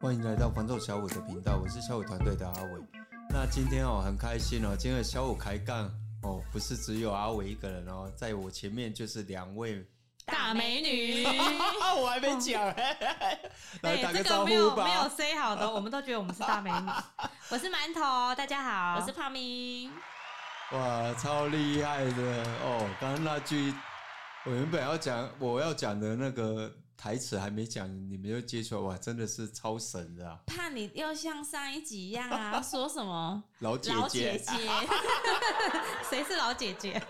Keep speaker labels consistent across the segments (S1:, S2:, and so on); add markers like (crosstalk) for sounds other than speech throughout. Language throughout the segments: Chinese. S1: 欢迎来到防皱小五的频道，我是小五团队的阿伟。那今天哦，很开心哦，今天的小五开杠哦，不是只有阿伟一个人哦，在我前面就是两位，
S2: 大美
S1: (laughs)
S2: 女，
S1: 啊，我还没 (laughs) 讲哎、来打个
S2: 哎这个
S1: 招
S2: 没有
S1: 呼
S2: 没有
S1: 吧。
S2: say 好的，我们都觉得我们是大
S1: (laughs)
S2: 美女。我是馒头，大家好，
S3: 我是泡咪，
S1: 哇，超厉害的哦！刚刚那句我原本要讲我要讲的那个台词还没讲，你们就接出来，哇，真的是超神的、啊、
S3: 怕你又像上一集一样
S1: (laughs)
S3: 啊，说什么
S1: 老姐
S3: 老
S1: 姐
S3: 姐姐，
S1: (laughs)
S2: 谁是老姐姐？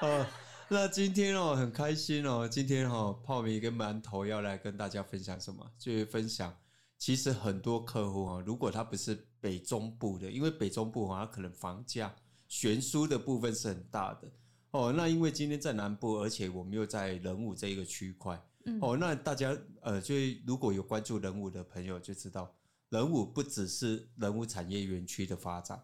S1: 呃，那今天哦，很开心哦。今天哦，泡米跟馒头要来跟大家分享什么？就是分享，其实很多客户哦，如果他不是北中部的，因为北中部哦，他可能房价悬殊的部分是很大的哦。那因为今天在南部，而且我们又在人武这一个区块，
S2: 嗯
S1: 哦，那大家呃，就是如果有关注人武的朋友就知道，人武不只是人武产业园区的发展。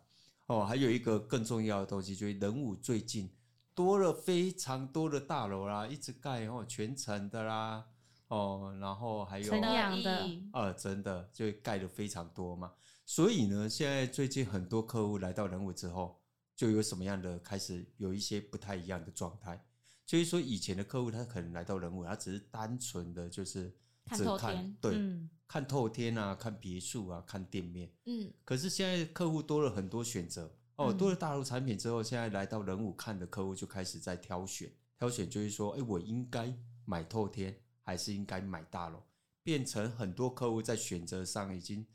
S1: 哦，还有一个更重要的东西，就是人武最近多了非常多的大楼啦，一直盖哦，全城的啦，哦，然后还有
S2: 城阳
S3: 乐意
S1: 呃，真的就盖的非常多嘛。所以呢，现在最近很多客户来到人武之后，就有什么样的开始有一些不太一样的状态。就是说，以前的客户他可能来到人物，他只是单纯的就是
S3: 看
S1: 只
S3: 透
S1: 看
S3: 天
S1: 对、
S2: 嗯，
S1: 看透天啊，看别墅啊，看店面。
S3: 嗯，
S1: 可是现在客户多了很多选择哦，
S2: 嗯
S1: 多了大陆产品之后，现在来到人武看的客户就开始在挑选，挑选就是说，哎，我应该买透天还是应该买大楼？变成很多客户在选择上已经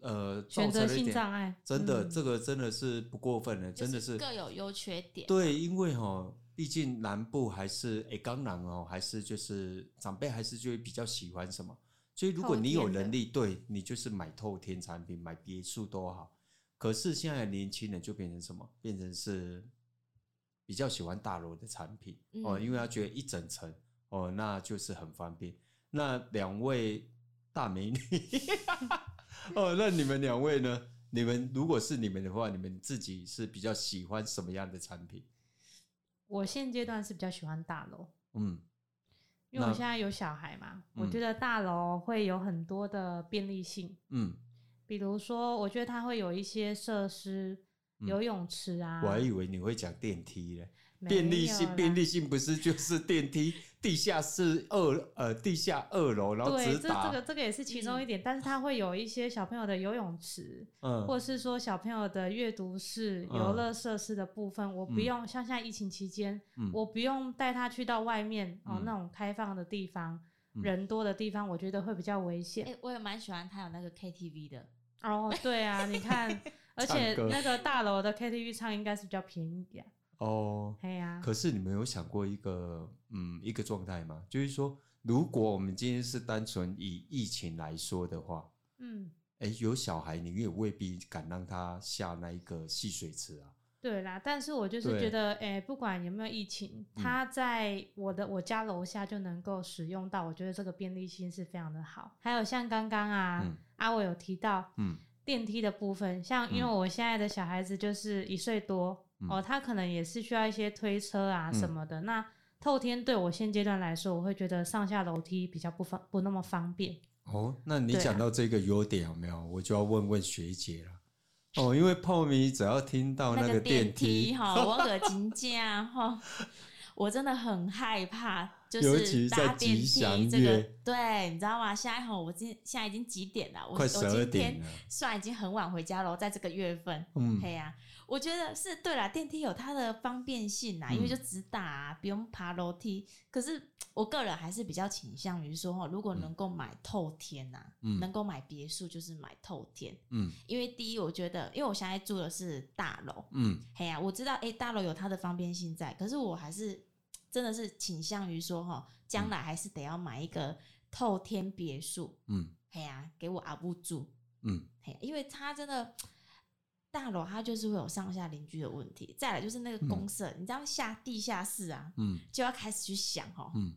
S1: 呃
S2: 选择
S1: 造成了一
S2: 性
S1: 点
S2: 障碍，
S1: 真的、
S2: 嗯
S1: 这个真的是不过分了，真的
S3: 就是各有优缺点，
S1: 对，因为哦，毕竟南部还是诶，刚南哦，还是就是长辈还是就会比较喜欢什么，所以如果你有
S2: 透天的
S1: 能力，对你就是买透天产品，买别墅都好。可是现在的年轻人就变成什么？变成是比较喜欢大楼的产品、哦，
S3: 嗯
S1: 因为他觉得一整层哦，那就是很方便。那两位大美女， (laughs) 哦，那你们两位呢？你们如果是你们的话，你们自己是比较喜欢什么样的产品？
S2: 我现阶段是比较喜欢大楼，
S1: 嗯
S2: 因为我
S1: 那
S2: 现在有小孩嘛，
S1: 嗯
S2: 我觉得大楼会有很多的便利性，
S1: 嗯，
S2: 比如说，我觉得它会有一些设施，
S1: 嗯
S2: 游泳池啊，
S1: 我还以为你会讲电梯嘞。
S2: 没
S1: 便利
S2: 有啦啊
S1: 性，便利性不是就是电梯，地下室二呃地下二楼，然后
S2: 对，
S1: 直
S2: 这这
S1: 达，
S2: 个这个也是其中一
S3: 嗯
S2: 点，但是它会有一些小朋友的游泳池，
S1: 嗯
S2: 或是说小朋友的阅读室、
S1: 嗯
S2: 游乐设施的部分，我不用、像现在疫情期间，
S1: 嗯
S2: 我不用带他去到外面哦、
S1: 嗯
S2: 那种开放的地方、
S1: 嗯
S2: 人多的地方，我觉得会比较危险。
S3: 哎，我也蛮喜欢他有那个 KTV 的，
S2: 哦，对啊，你看，而且
S1: 唱歌
S2: 那个大楼的 KTV 唱应该是比较便宜一点，
S1: 哦。
S2: 哎呀、
S1: 可是你们有想过一个嗯一个状态吗？就是说，如果我们今天是单纯以疫情来说的话，
S2: 嗯，
S1: 哎，有小孩你也未必敢让他下那一个戏水池啊。
S2: 对啦，但是我就是
S1: 对
S2: 觉得，哎、不管有没有疫情，
S1: 嗯
S2: 它在我的我家楼下就能够使用到，我觉得这个便利性是非常的好。还有像刚刚啊，
S1: 嗯
S2: 阿伟有提到
S1: 嗯
S2: 电梯的部分，像因为
S1: 嗯
S2: 我现在的小孩子就是一岁多、
S1: 嗯
S2: 哦，他可能也是需要一些推车啊
S1: 嗯
S2: 什么的。那透天对我现阶段来说，我会觉得上下楼梯比较不方不那么方便。
S1: 哦，那你
S2: 对啊
S1: 讲到这个优点有没有？我就要问问学姐了。哦，因为泡米只要听到那
S3: 个
S1: 个
S3: 电
S1: 梯， (laughs)
S3: 哈，我可金价哈，我真的很害怕，就
S1: 尤其
S3: 是
S1: 在
S3: 搭电
S1: 吉祥
S3: 梯这个
S1: 月，
S3: 对，你知道吗？现在哈，我今现在已经几点了？我
S1: 快
S3: 我
S1: 十二
S3: 今
S1: 点
S3: 天
S1: 了。
S3: 虽然已经很晚回家了，在这个月份，
S1: 嗯，
S3: 嘿呀、我觉得是对啦，电梯有它的方便性
S1: 嗯
S3: 啦，因为就直达、啊，不用爬楼梯。可是我个人还是比较倾向于说，哦，如果能够买透天呐、
S1: 嗯
S3: 能够买别墅就是买透天，
S1: 嗯
S3: 因为第一，我觉得，因为我现在住的是大楼，
S1: 嗯
S3: 嘿呀、我知道，哎、大楼有它的方便性在，可是我还是真的是倾向于说，哈，将来还是得要买一个透天别墅，
S1: 嗯
S3: 嘿呀、给我阿布住，
S1: 嗯
S3: 嘿，因为它真的大楼，它就是会有上下邻居的问题。再来就是那个公社，你知道下地下室啊，
S1: 嗯
S3: 就要开始去想哦，
S1: 嗯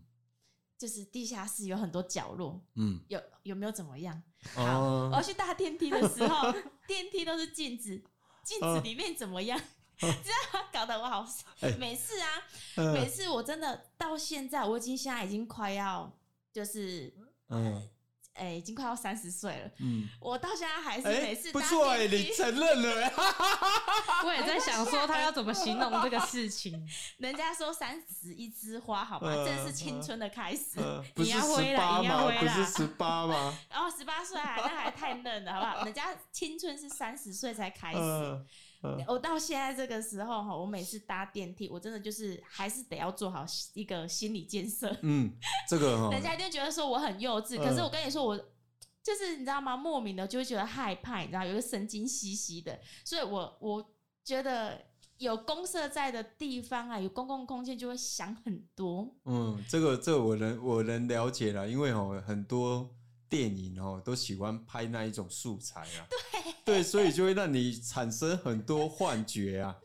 S3: 就是地下室有很多角落，
S1: 嗯，
S3: 有有没有怎么样？好，我
S1: 哦
S3: 要去搭电梯的时候， (laughs) 电梯都是镜子，镜子里面怎么样？ (laughs) 这样搞得我好
S1: 嗯哎，
S3: 每次啊，每
S1: 嗯
S3: 次我真的到现在，我已经现在已经快要就是
S1: 嗯
S3: 哎、已经快要三十岁了，
S1: 嗯，
S3: 我到现在还是
S1: 哎、
S3: 每次
S1: 不
S3: 搭
S1: 错哎、
S3: 电
S1: 你
S3: 梯，
S1: 承认了、哎
S2: 我也在想说他要怎么形容这个事情。
S3: 人家说三十一枝花，好吗？
S1: 嗯
S3: 这是青春的开始。
S1: 呃不是
S2: 你要
S1: 十
S2: 回
S1: 八
S2: 来你要
S1: 吗？
S2: 回
S1: 不是
S2: 来
S1: 十八吗？
S3: 然后十八岁还那还太嫩了，好不好？人家青春是三十岁才开始。
S1: 嗯嗯
S3: 我哦到现在这个时候哈，我每次搭电梯，我真的就是还是得要做好一个心理建设。
S1: 嗯，这个
S2: (laughs)
S1: 哈，
S3: 人家就觉得说我很幼稚，
S1: 嗯
S3: 可是我跟你说我。就是你知道吗？莫名的就会觉得害怕，你知道有一个神经兮兮的，所以我我觉得有公社在的地方啊，有公共空间就会想很多。
S1: 嗯，这个这个我能我能了解了，因为哦，很多电影哦都喜欢拍那一种素材啊，对所以就会让你产生很多幻觉啊，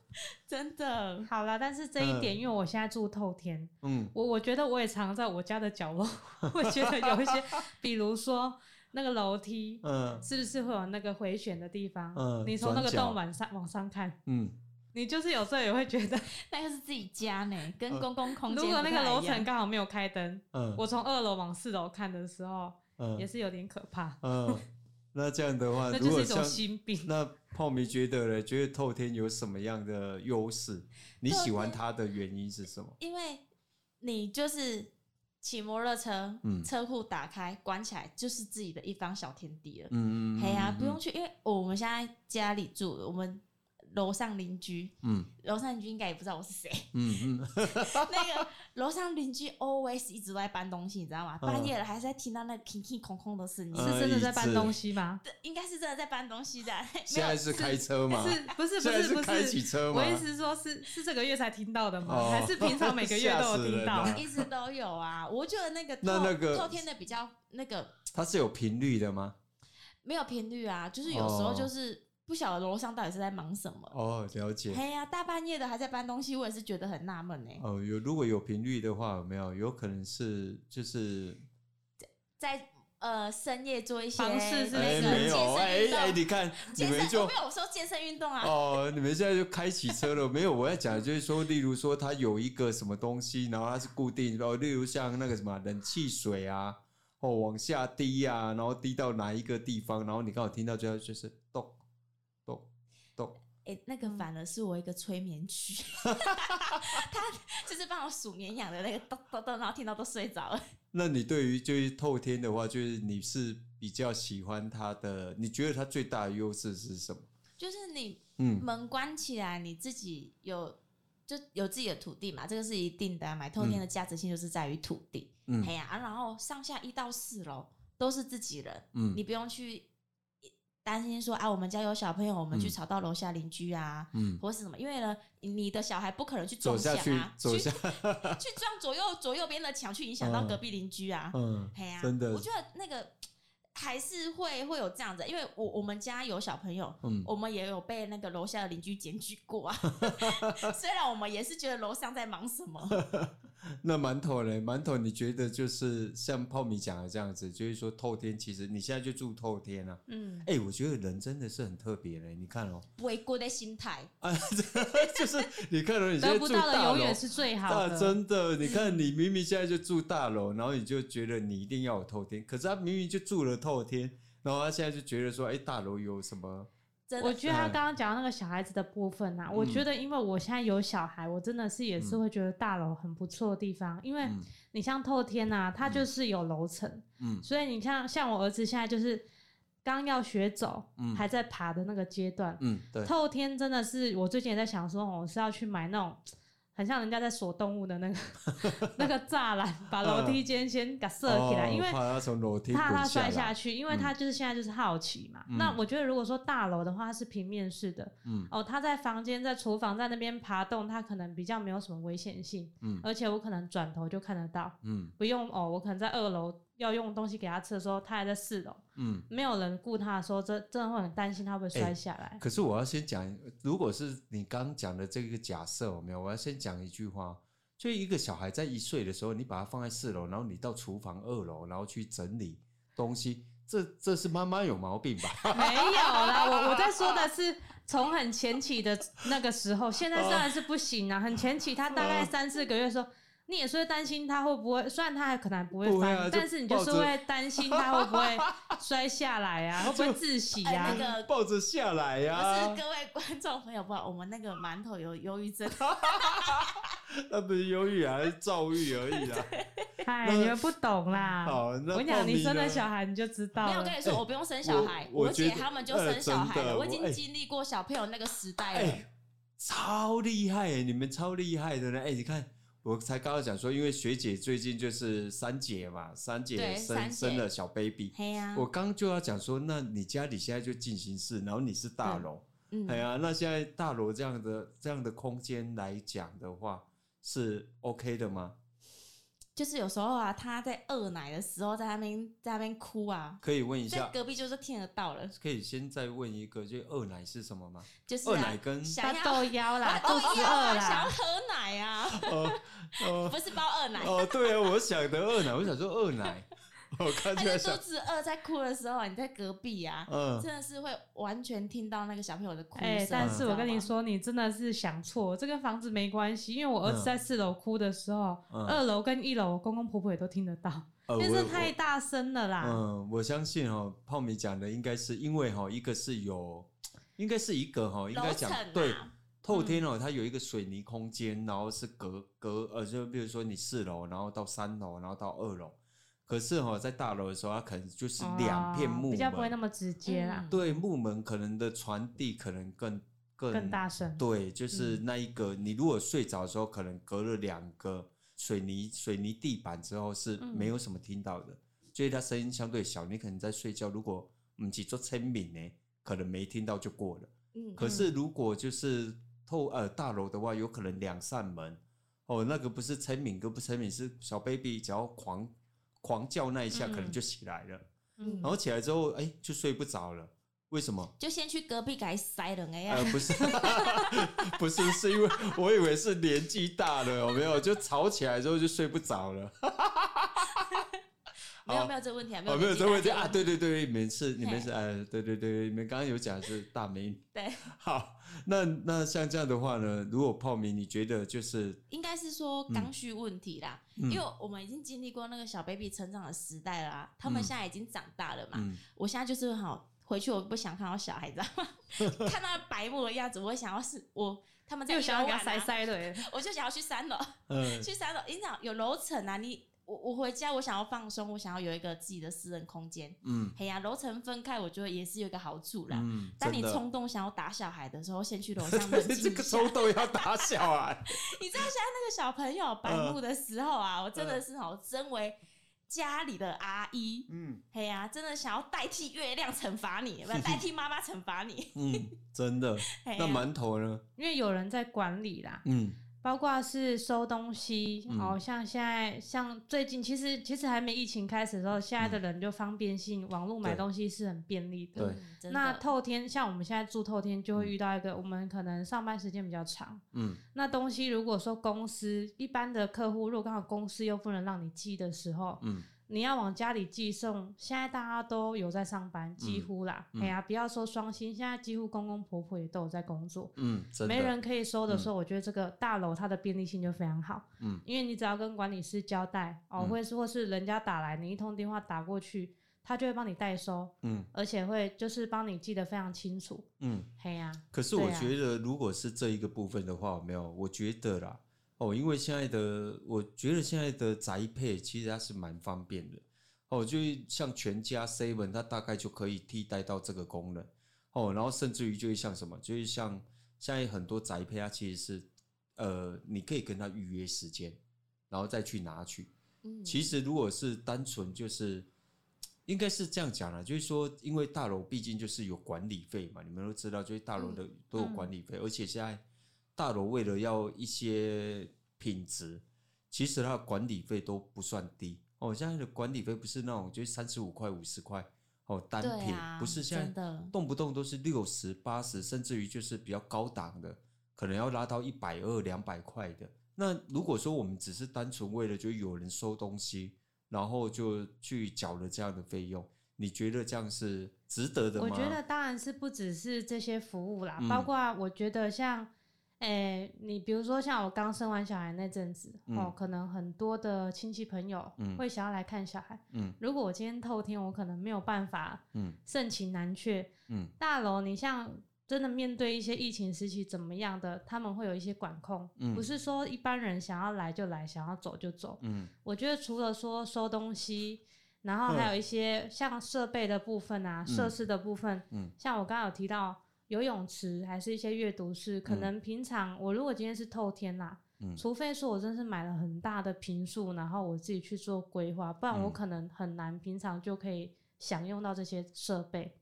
S3: 真的，
S2: 好了，但是这一点，
S1: 嗯
S2: 因为我现在住透天，
S1: 嗯
S2: 我我觉得我也常在我家的角落会觉得有一些，比如说那个楼梯
S1: 嗯
S2: 是不是会有那个回旋的地方？
S1: 嗯
S2: 你从那个
S1: 转角
S2: 洞往上往上看，
S1: 嗯，
S2: 你就是有时候也会觉得，
S3: 那又是自己家呢，跟公共空间
S2: 嗯如果那个楼
S3: 不太一
S2: 层
S3: 样
S2: 刚好没有开灯，
S1: 嗯
S2: 我从二楼往四楼看的时候，也
S1: 嗯
S2: 是有点可怕。
S1: 嗯，那这样的话，
S2: 那
S1: 如
S2: 就是
S1: 果
S2: 一种
S1: 像
S2: 心病。
S1: 那泡米觉得呢，觉得透天有什么样的优势？你喜欢它的原因是什么？
S3: 因为你就是骑摩托车，
S1: 嗯
S3: 车库打开关起来，就是自己的一方小天地了。
S1: 嗯
S3: 嘿呀、不用，去，因为哦我们现在家里住，我们楼上邻居，
S1: 嗯
S3: 楼上邻居应该也不知道我
S1: (laughs)
S3: 是谁。
S1: 嗯嗯
S3: 那个楼上邻居 always 一直都在搬东西，你知道吗？
S1: 嗯
S3: 半夜了还是在听到那个空空空空的声音，
S1: 嗯
S2: (laughs) 是真的在搬东西吗？
S3: 对应该是真的在搬东西的。 (laughs) 没
S1: 现
S3: 有
S1: 在 (laughs) 是开车嘛？
S2: 是不是不
S1: 现在
S2: 不
S1: 开起
S2: 是？
S1: 车嘛
S2: 我？意思是说是，是这个月才听到的吗？
S1: 哦
S2: 还是平常每个月都有听
S1: (laughs)
S2: 到
S1: 吓死人？了
S3: 一直都有啊，我觉得那个透
S1: 那那个
S3: 透天的比较那个
S1: 它是有频率的吗？
S3: 没有频率啊，就是有时候
S1: 哦
S3: 就是不晓得楼上到底是在忙什么。
S1: 哦，了解。
S3: 嘿呀、大半夜的还在搬东西，我也是觉得很纳闷呢。
S1: 哦，有如果有频率的话，有没有有可能是就是
S3: 在呃深夜做一些
S2: 房事之
S3: 那
S2: 类
S3: 个
S2: 的
S1: 没
S3: 健
S1: 有
S3: 身
S1: 哎
S3: 运
S1: 哎，
S3: 动，
S1: 你看你
S3: 健
S1: 们
S3: 身
S1: 就
S3: 我没有说健身运动啊，
S1: 哦，你们现在就开起车了，没有？我要讲的就是说，例如说它有一个什么东西，然后它是固定，然后例如像那个什么冷气水啊，哦往下滴啊，然后滴到哪一个地方，然后你刚好听到就就是咚咚咚，
S3: 哎、那个反而是我一个催眠曲，
S1: (laughs)
S3: 他就是帮我数绵羊的那个咚咚咚，然后听到都睡着了。
S1: 那你对于就是透天的话，就是你是比较喜欢它的，你觉得它最大的优势是什么？
S3: 就是你
S1: 嗯
S3: 门关起来，你自己有就有自己的土地嘛，这个是一定的、啊。买透天的价值性就是在于土地，
S1: 嗯
S3: 哎呀、啊，然后上下一到四楼都是自己人，
S1: 嗯
S3: 你不用去担心说啊，我们家有小朋友，我们去
S1: 嗯
S3: 吵到楼下邻居啊。
S1: 嗯，
S3: 或是什么？因为呢，你的小孩不可能去撞
S1: 走
S3: 墙
S1: 下去
S3: 啊，，
S1: 走
S3: 去
S1: 下，
S3: 去撞左右左右边的墙，去影响到
S1: 嗯
S3: 隔壁邻居啊。
S1: 嗯
S3: 嘿呀、
S1: 真的
S3: 我觉得那个还是会会有这样子，因为我我们家有小朋友，
S1: 嗯
S3: 我们也有被那个楼下的邻居检举过
S1: (laughs)
S3: 啊。 (laughs) 虽然我们也是觉得楼上在忙什么，
S1: 那馒头嘞？馒头，你觉得就是像泡米讲的这样子，就是说透天，其实你现在就住透天啊。
S2: 嗯，
S1: 哎、我觉得人真的是很特别嘞，你看哦，
S3: 违规的心态，
S1: 啊， (laughs) 就是你看哦，你现在
S2: 得
S1: 住
S2: 不
S1: 大
S2: 到
S1: 楼，
S2: 的永远是最好
S1: 啊，
S2: 的。
S1: 真的，你看你明明现在就住大楼，然后你就觉得你一定要有透天，可是他明明就住了透天，然后他现在就觉得说，哎、大楼有什么？
S3: 真
S2: 我
S3: 的
S2: 觉得他
S1: 哎
S2: 刚刚讲到那个小孩子的部分啊，
S1: 嗯
S2: 我觉得因为我现在有小孩，我真的是也是会觉得大楼很不错的地方，因为
S1: 嗯
S2: 你像透天啊，它就是有楼层，
S1: 嗯
S2: 所以你像像我儿子现在就是刚要学走，
S1: 嗯
S2: 还在爬的那个阶段，
S1: 嗯，对，
S2: 透天真的是，我最近也在想说，哦我是要去买那种很像人家在锁动物的
S1: (laughs)
S2: 那个那个栅栏，把楼梯间先给设起
S1: 嗯
S2: 来，
S1: 哦
S2: 因为
S1: 怕他从楼梯
S2: 怕它
S1: 滚
S2: 摔
S1: 来
S2: 下去，因为它就是现在就是好奇嘛。
S1: 嗯
S2: 那我觉得如果说大楼的话，它是平面式的，
S1: 嗯
S2: 哦，他在房间、在厨房、在那边爬动，他可能比较没有什么危险性，
S1: 嗯
S2: 而且我可能转头就看得到，
S1: 嗯
S2: 不用哦，我可能在二楼要用东西给他吃的时候，他还在四楼，
S1: 嗯，
S2: 没有人顾他的时候，真真的会很担心他会
S1: 哎
S2: 摔下来。
S1: 可是我要先讲，如果是你刚讲的这个假设，有没有？我要先讲一句话，就一个小孩在一岁的时候，你把他放在四楼，然后你到厨房二楼，然后去整理东西，这这是妈妈有毛病吧？
S2: 没有啦，我我在说的是从很
S1: 哦
S2: 前期的那个时候，现在当然是不行啊。很前期，他大概三四个月的时候，你也是会担心它会不会，虽然它还可能还不会
S1: 不会
S2: 翻，
S1: 啊就
S2: 但是你就是
S1: 抱着
S2: 会担心它会不会摔下
S1: (laughs)
S2: 来啊，会不会窒息
S3: 哎
S2: 啊？
S3: 那个
S1: 抱着下来呀、
S3: 不是各位观众朋友，不知道我们那个馒头有忧郁
S1: (laughs)
S3: 症，
S1: 那不是忧郁啊，还是躁郁而已啦。
S2: 哎、
S1: 那
S2: 你们不懂啦。
S1: 好，那
S2: 啊我跟你讲，
S1: 报
S2: 你
S1: 名啊
S2: 生了
S1: 呢
S2: 小孩你就知道
S3: 没有
S2: 了
S3: 跟。你说，我不用生
S1: 哎
S3: 小孩，
S1: 我
S3: 我
S1: 我
S3: 姐
S1: 觉得
S3: 他们就
S1: 呃
S3: 生小孩
S1: 真的
S3: 了，
S1: 我
S3: 我已经
S1: 哎
S3: 经历过小朋友那个时代
S1: 哎、
S3: 了。
S1: 超厉害、欸你们超厉害的呢！哎、你看，我才刚刚讲说，因为学姐最近就是三姐嘛，三姐
S3: 对
S1: 生
S3: 三姐
S1: 生了小 baby，
S3: 嘿
S2: 嗯
S3: 呀
S1: 我，刚就要讲说，那你家里现在就进行式，然后你是大楼，
S3: 嗯
S1: 哎，呀，那现在大楼这样的这样的空间来讲的话，是 OK 的吗？
S3: 就是有时候啊，他在饿奶的时候在那边在那边哭啊，
S1: 可以问一
S3: 在
S1: 下，
S3: 隔壁就是听得到了，
S1: 可以先再问一个，就二奶是什么吗？
S3: 就是
S1: 二
S3: 啊
S1: 奶跟
S3: 想
S2: 他
S3: 要
S2: 豆腰啦，
S3: 都
S2: 肚子
S3: 一样啊
S2: 饿
S3: 想
S2: 啦
S3: 要。喝奶啊， (laughs)
S1: 呃呃
S3: 不是包二奶，
S1: 哦，对啊，我想的二奶，我想说二
S2: (laughs)
S1: 奶，哦我刚
S3: 他
S1: 就在
S3: 在
S1: 想
S3: 肚，子饿在哭的时候啊，你在隔壁啊，
S1: 嗯，
S3: 真的是会完全听到那个小朋友的哭声。
S2: 哎、但是我跟你
S3: 知道吗，
S2: 说，你真的是想错，这跟房子没关系。因为我儿子在四楼哭的时候，
S1: 嗯
S2: 二楼跟一楼我公公婆婆也都听得到，
S1: 呃
S2: 因为
S1: 我
S2: 这太大声了啦。
S1: 嗯，我相信哦，泡米讲的应该是因为哈、哦一个是有，应该是一个哈、应该
S3: 楼
S1: 讲、
S3: 层啊
S1: 对
S2: 嗯
S1: 透天哦，它有一个水泥空间，然后是隔隔呃，就比如说你四楼，然后到三楼，然后到二楼。可是哈、在大楼的时候，它可能就是两片
S2: 哦
S1: 木门，
S2: 比较不会那么直接啦，
S3: 嗯
S1: 对木门可能的传递可能更更
S2: 更大声。
S1: 嗯对，
S3: 嗯
S1: 就是那一个，你如果睡着的时候，可能隔了两个水泥水泥地板之后是
S3: 嗯
S1: 没有什么听到的，所以它声音相对小。你可能在睡觉，如果唔去做签名呢，可能没听到就过了。
S3: 嗯
S1: 可是如果就是透呃大楼的话，有可能两扇门哦，那个不是签名，跟不签名是小 baby 只要狂狂叫那一下，可能
S2: 嗯
S1: 就起来了。
S2: 嗯
S1: 然，后起来之后，哎、就睡不着了。为什么？
S3: 就先去隔壁给他塞了哎呀
S1: 呃，，不是， (laughs) 不是，是因为我以为是年纪大了，有没有？就吵起来之后就睡不着了。
S3: (laughs) 没有
S1: 好
S3: 没有这个问题啊，
S1: 哦，没有这个问题啊！对对对，每次你们是
S3: 嘿
S1: 呃，对对对，你们刚刚有讲是大美女。
S3: (laughs) 对，
S1: 好，那那像这样的话呢，如果泡米，你觉得就是
S3: 应该是说刚需问题啦，
S1: 嗯
S3: 因为我们已经经历过那个小 baby 成长的时代啦、他们
S1: 嗯
S3: 现在已经长大了嘛。
S1: 嗯，
S3: 我现在就是好回去，我不想看到小孩子， (laughs) 看到白目的样子，我会想要是我他们在
S2: 又想要
S3: 一
S2: 给
S3: 楼
S2: 他
S3: 玩啊
S2: 塞塞的耶，
S3: 我就想要去三楼，
S1: 呃，
S3: (laughs) 去三楼。你想有楼层啊，你我我回家我想要放松，我想要有一个自己的私人空间。
S1: 嗯
S3: 嘿呀、楼层分开，我觉得也是有一个好处啦。
S1: 嗯，
S3: 当
S1: 真
S3: 你
S1: 的
S3: 冲动想要打小孩的时候，
S1: (laughs)
S3: 先去楼上冷静
S1: 这
S3: 一
S1: 个
S3: 下。
S1: 冲动要打小孩，
S3: (laughs) 你知道现在那个小朋友白目的时候啊，
S1: 嗯
S3: 我真的是哦，身为家里的阿姨，
S1: 嗯
S3: 嘿呀、真的想要代替月亮惩罚你，
S1: (laughs)
S3: 不是代替妈妈惩罚你。
S1: 嗯，真的。
S3: 嘿啊
S1: 那
S3: 哎呀、
S1: 馒头呢？
S2: 因为有人在管理啦。
S1: 嗯
S2: 包括是收东西，
S1: 嗯
S2: 哦，像现在像最近，其实其实还没疫情开始的时候，现在的人就方便性，网络买
S1: 嗯对
S2: 东西是很便利的。
S1: 对
S3: 嗯真的
S2: 那透天，像我们现在住透天，就会
S1: 嗯
S2: 遇到一个、我们可能上班时间比较长，
S1: 嗯
S2: 那东西如果说公司一般的客户，如果刚好公司又不能让你寄的时候，
S1: 嗯
S2: 你要往家里寄送，现在大家都有在上班，几乎啦，
S1: 嗯
S2: 哎呀、不要说双薪，现在几乎公公婆婆也都有在工作。
S1: 嗯，真的。
S2: 没人可以收的时候，我觉得这个大楼它的便利性就非常好，
S1: 嗯
S2: 因为你只要跟管理师交代哦，
S1: 嗯
S2: 或是或是人家打来，你一通电话打过去，他就会帮你代收，
S1: 嗯
S2: 而且会就是帮你记得非常清楚。
S1: 嗯。
S2: 嘿呀、
S1: 可是我
S2: 对啊
S1: 觉得，如果是这一个部分的话，有没有，我觉得啦，哦，因为现在的，我觉得现在的宅配其实它是蛮方便的，哦，就像全家 seven，它大概就可以替代到这个功能，哦，然后甚至于就是像什么，就是像现在很多宅配，它其实是，呃，你可以跟他预约时间，然后再去拿取，
S3: 嗯
S1: 其实如果是单纯就是，应该是这样讲啦，就是说，因为大楼毕竟就是有管理费嘛，你们都知道，就是大楼的
S3: 嗯
S1: 都有管理费，而且现在大楼为了要一些品质，其实它的管理费都不算低哦。现在的管理费不是那种就是三十五块、五十块哦单
S3: 对
S1: 品，
S3: 啊，
S1: 不是现在
S3: 真的，
S1: 动不动都是六十八十，甚至于就是比较高档的，可能要拉到一百二、两百块的。那如果说我们只是单纯为了就有人收东西，然后就去缴了这样的费用，你觉得这样是值得的
S2: 我
S1: 吗？
S2: 觉得当然是不只是这些服务啦，
S1: 嗯
S2: 包括我觉得像哎、你比如说像我刚生完小孩那阵子，
S1: 嗯，
S2: 哦可能很多的亲戚朋友
S1: 嗯
S2: 会想要来看小孩。
S1: 嗯
S2: 如果我今天透天，我可能没有办法
S1: 嗯
S2: 盛情难却。
S1: 嗯
S2: 大楼，你像真的面对一些疫情时期怎么样的，他们会有一些管控，
S1: 嗯
S2: 不是说一般人想要来就来，想要走就走。
S1: 嗯
S2: 我觉得除了说收东西，然后还有一些像设备的部分啊、设、施的部分，
S1: 嗯
S2: 像我刚刚有提到游泳池，还是一些阅读室，可
S1: 嗯
S2: 能平常我如果今天是透天啦、
S1: 嗯
S2: 除非说我真是买了很大的平数，然后我自己去做规划，不然我
S1: 嗯
S2: 可能很难平常就可以享用到这些设备。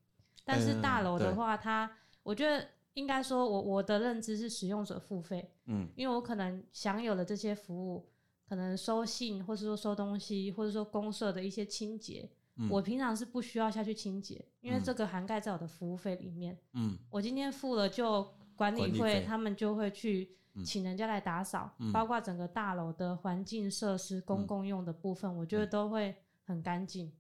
S2: 但是大楼
S1: 对
S2: 的话，它我觉得应该说我我的认知是使用者付费，
S1: 嗯
S2: 因为我可能享有了这些服务，可能收信，或是说收东西，或者说公社的一些清洁，
S1: 嗯
S2: 我平常是不需要下去清洁，因为
S1: 嗯
S2: 这个涵盖在我的服务费里面。
S1: 嗯
S2: 我今天付了，就管
S1: 管
S2: 理
S1: 理
S2: 会
S1: 费
S2: 他们就会去
S1: 嗯
S2: 请人家来打扫，
S1: 嗯
S2: 包括整个大楼的环境设施、公
S1: 嗯
S2: 共用的部分，我觉得都会很干净。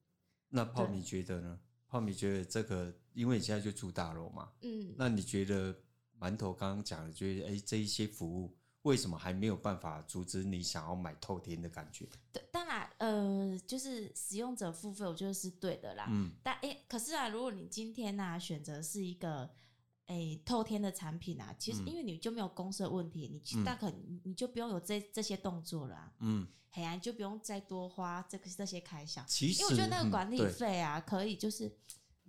S1: 那泡
S2: 对
S1: 米觉得呢？泡米觉得这个，因为你现在就住大楼嘛，
S3: 嗯，
S1: 那你觉得馒头刚刚讲的，觉得哎、这一些服务为什么还没有办法阻止你想要买透天的感觉？
S3: 对当然，呃，就是使用者付费，我觉得是对的啦。
S1: 嗯
S3: 但诶、可是啊，如果你今天呐、选择是一个诶、透天的产品啊，其实
S1: 嗯
S3: 因为你就没有公社问题，你就
S1: 嗯
S3: 大可你你就不用有这这些动作了、啊，
S1: 嗯，
S3: 嘿啊，你就不用再多花这个这些开销，
S1: 其
S3: 因
S1: 实
S3: 为我觉得那个管
S1: 嗯
S3: 理
S1: 对
S3: 费啊，可以就是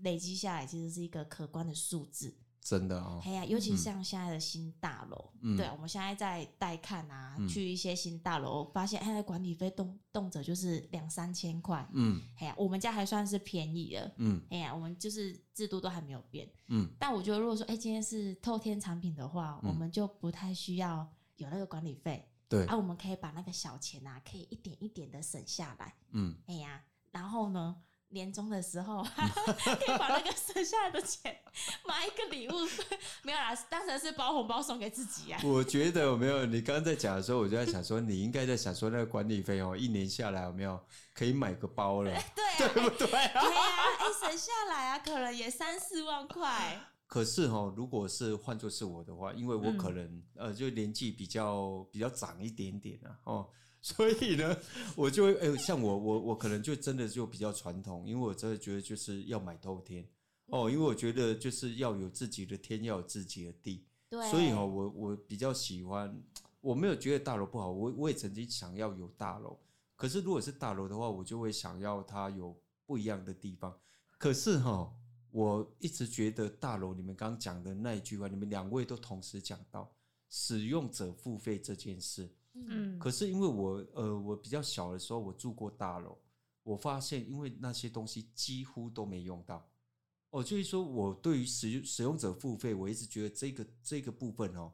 S3: 累积下来，其实是一个可观的数字。
S1: 真的哦，
S3: 嘿呀、尤其
S1: 嗯
S3: 像现在的新大楼，
S1: 嗯
S3: 对啊，我们现在在带看啊，
S1: 嗯
S3: 去一些新大楼，发现哎，管理费动动辄就是两三千块。
S1: 嗯
S3: 嘿啊呀、我们家还算是便宜了。
S1: 嗯
S3: 哎呀、我们就是制度都还没有变，
S1: 嗯
S3: 但我觉得如果说，哎、今天是透天产品的话，
S1: 嗯
S3: 我们就不太需要有那个管理费，
S1: 对，
S3: 啊，我们可以把那个小钱啊，可以一点一点的省下来，
S1: 嗯
S3: 哎呀、然后呢，年终的时候 (laughs) 可以把那个省下来的钱买一个礼物， (laughs) 没有啦，当成是包红包送给自己呀、啊。
S1: 我觉得有没有？你刚刚在讲的时候，我就在想说，你应该在想说那个管理费哦，一年下来有没有可以买个包了，
S3: 对啊，
S1: 对不对啊？
S3: 对啊，哎、省下来啊，可能也三四万块。
S1: 可是哈、如果是换作是我的话，因为我
S2: 嗯
S1: 可能、呃，就年纪比较比较长一点点啊，哦， (laughs) 所以呢，我就会哎、像我我我可能就真的就比较传统，因为我真的觉得就是要买透天哦，因为我觉得就是要有自己的天，要有自己的地，
S3: 对，
S1: 所以哦哈、我我比较喜欢，我没有觉得大楼不好，我我也曾经想要有大楼，可是如果是大楼的话，我就会想要它有不一样的地方。可是哈、我一直觉得大楼你们刚刚讲的那一句话，你们两位都同时讲到使用者付费这件事，
S3: 嗯，
S2: 嗯，
S1: 可是因为我呃，我比较小的时候，我住过大楼，我发现因为那些东西几乎都没用到。哦，就是说我对于使用使用者付费，我一直觉得这个这个部分哦，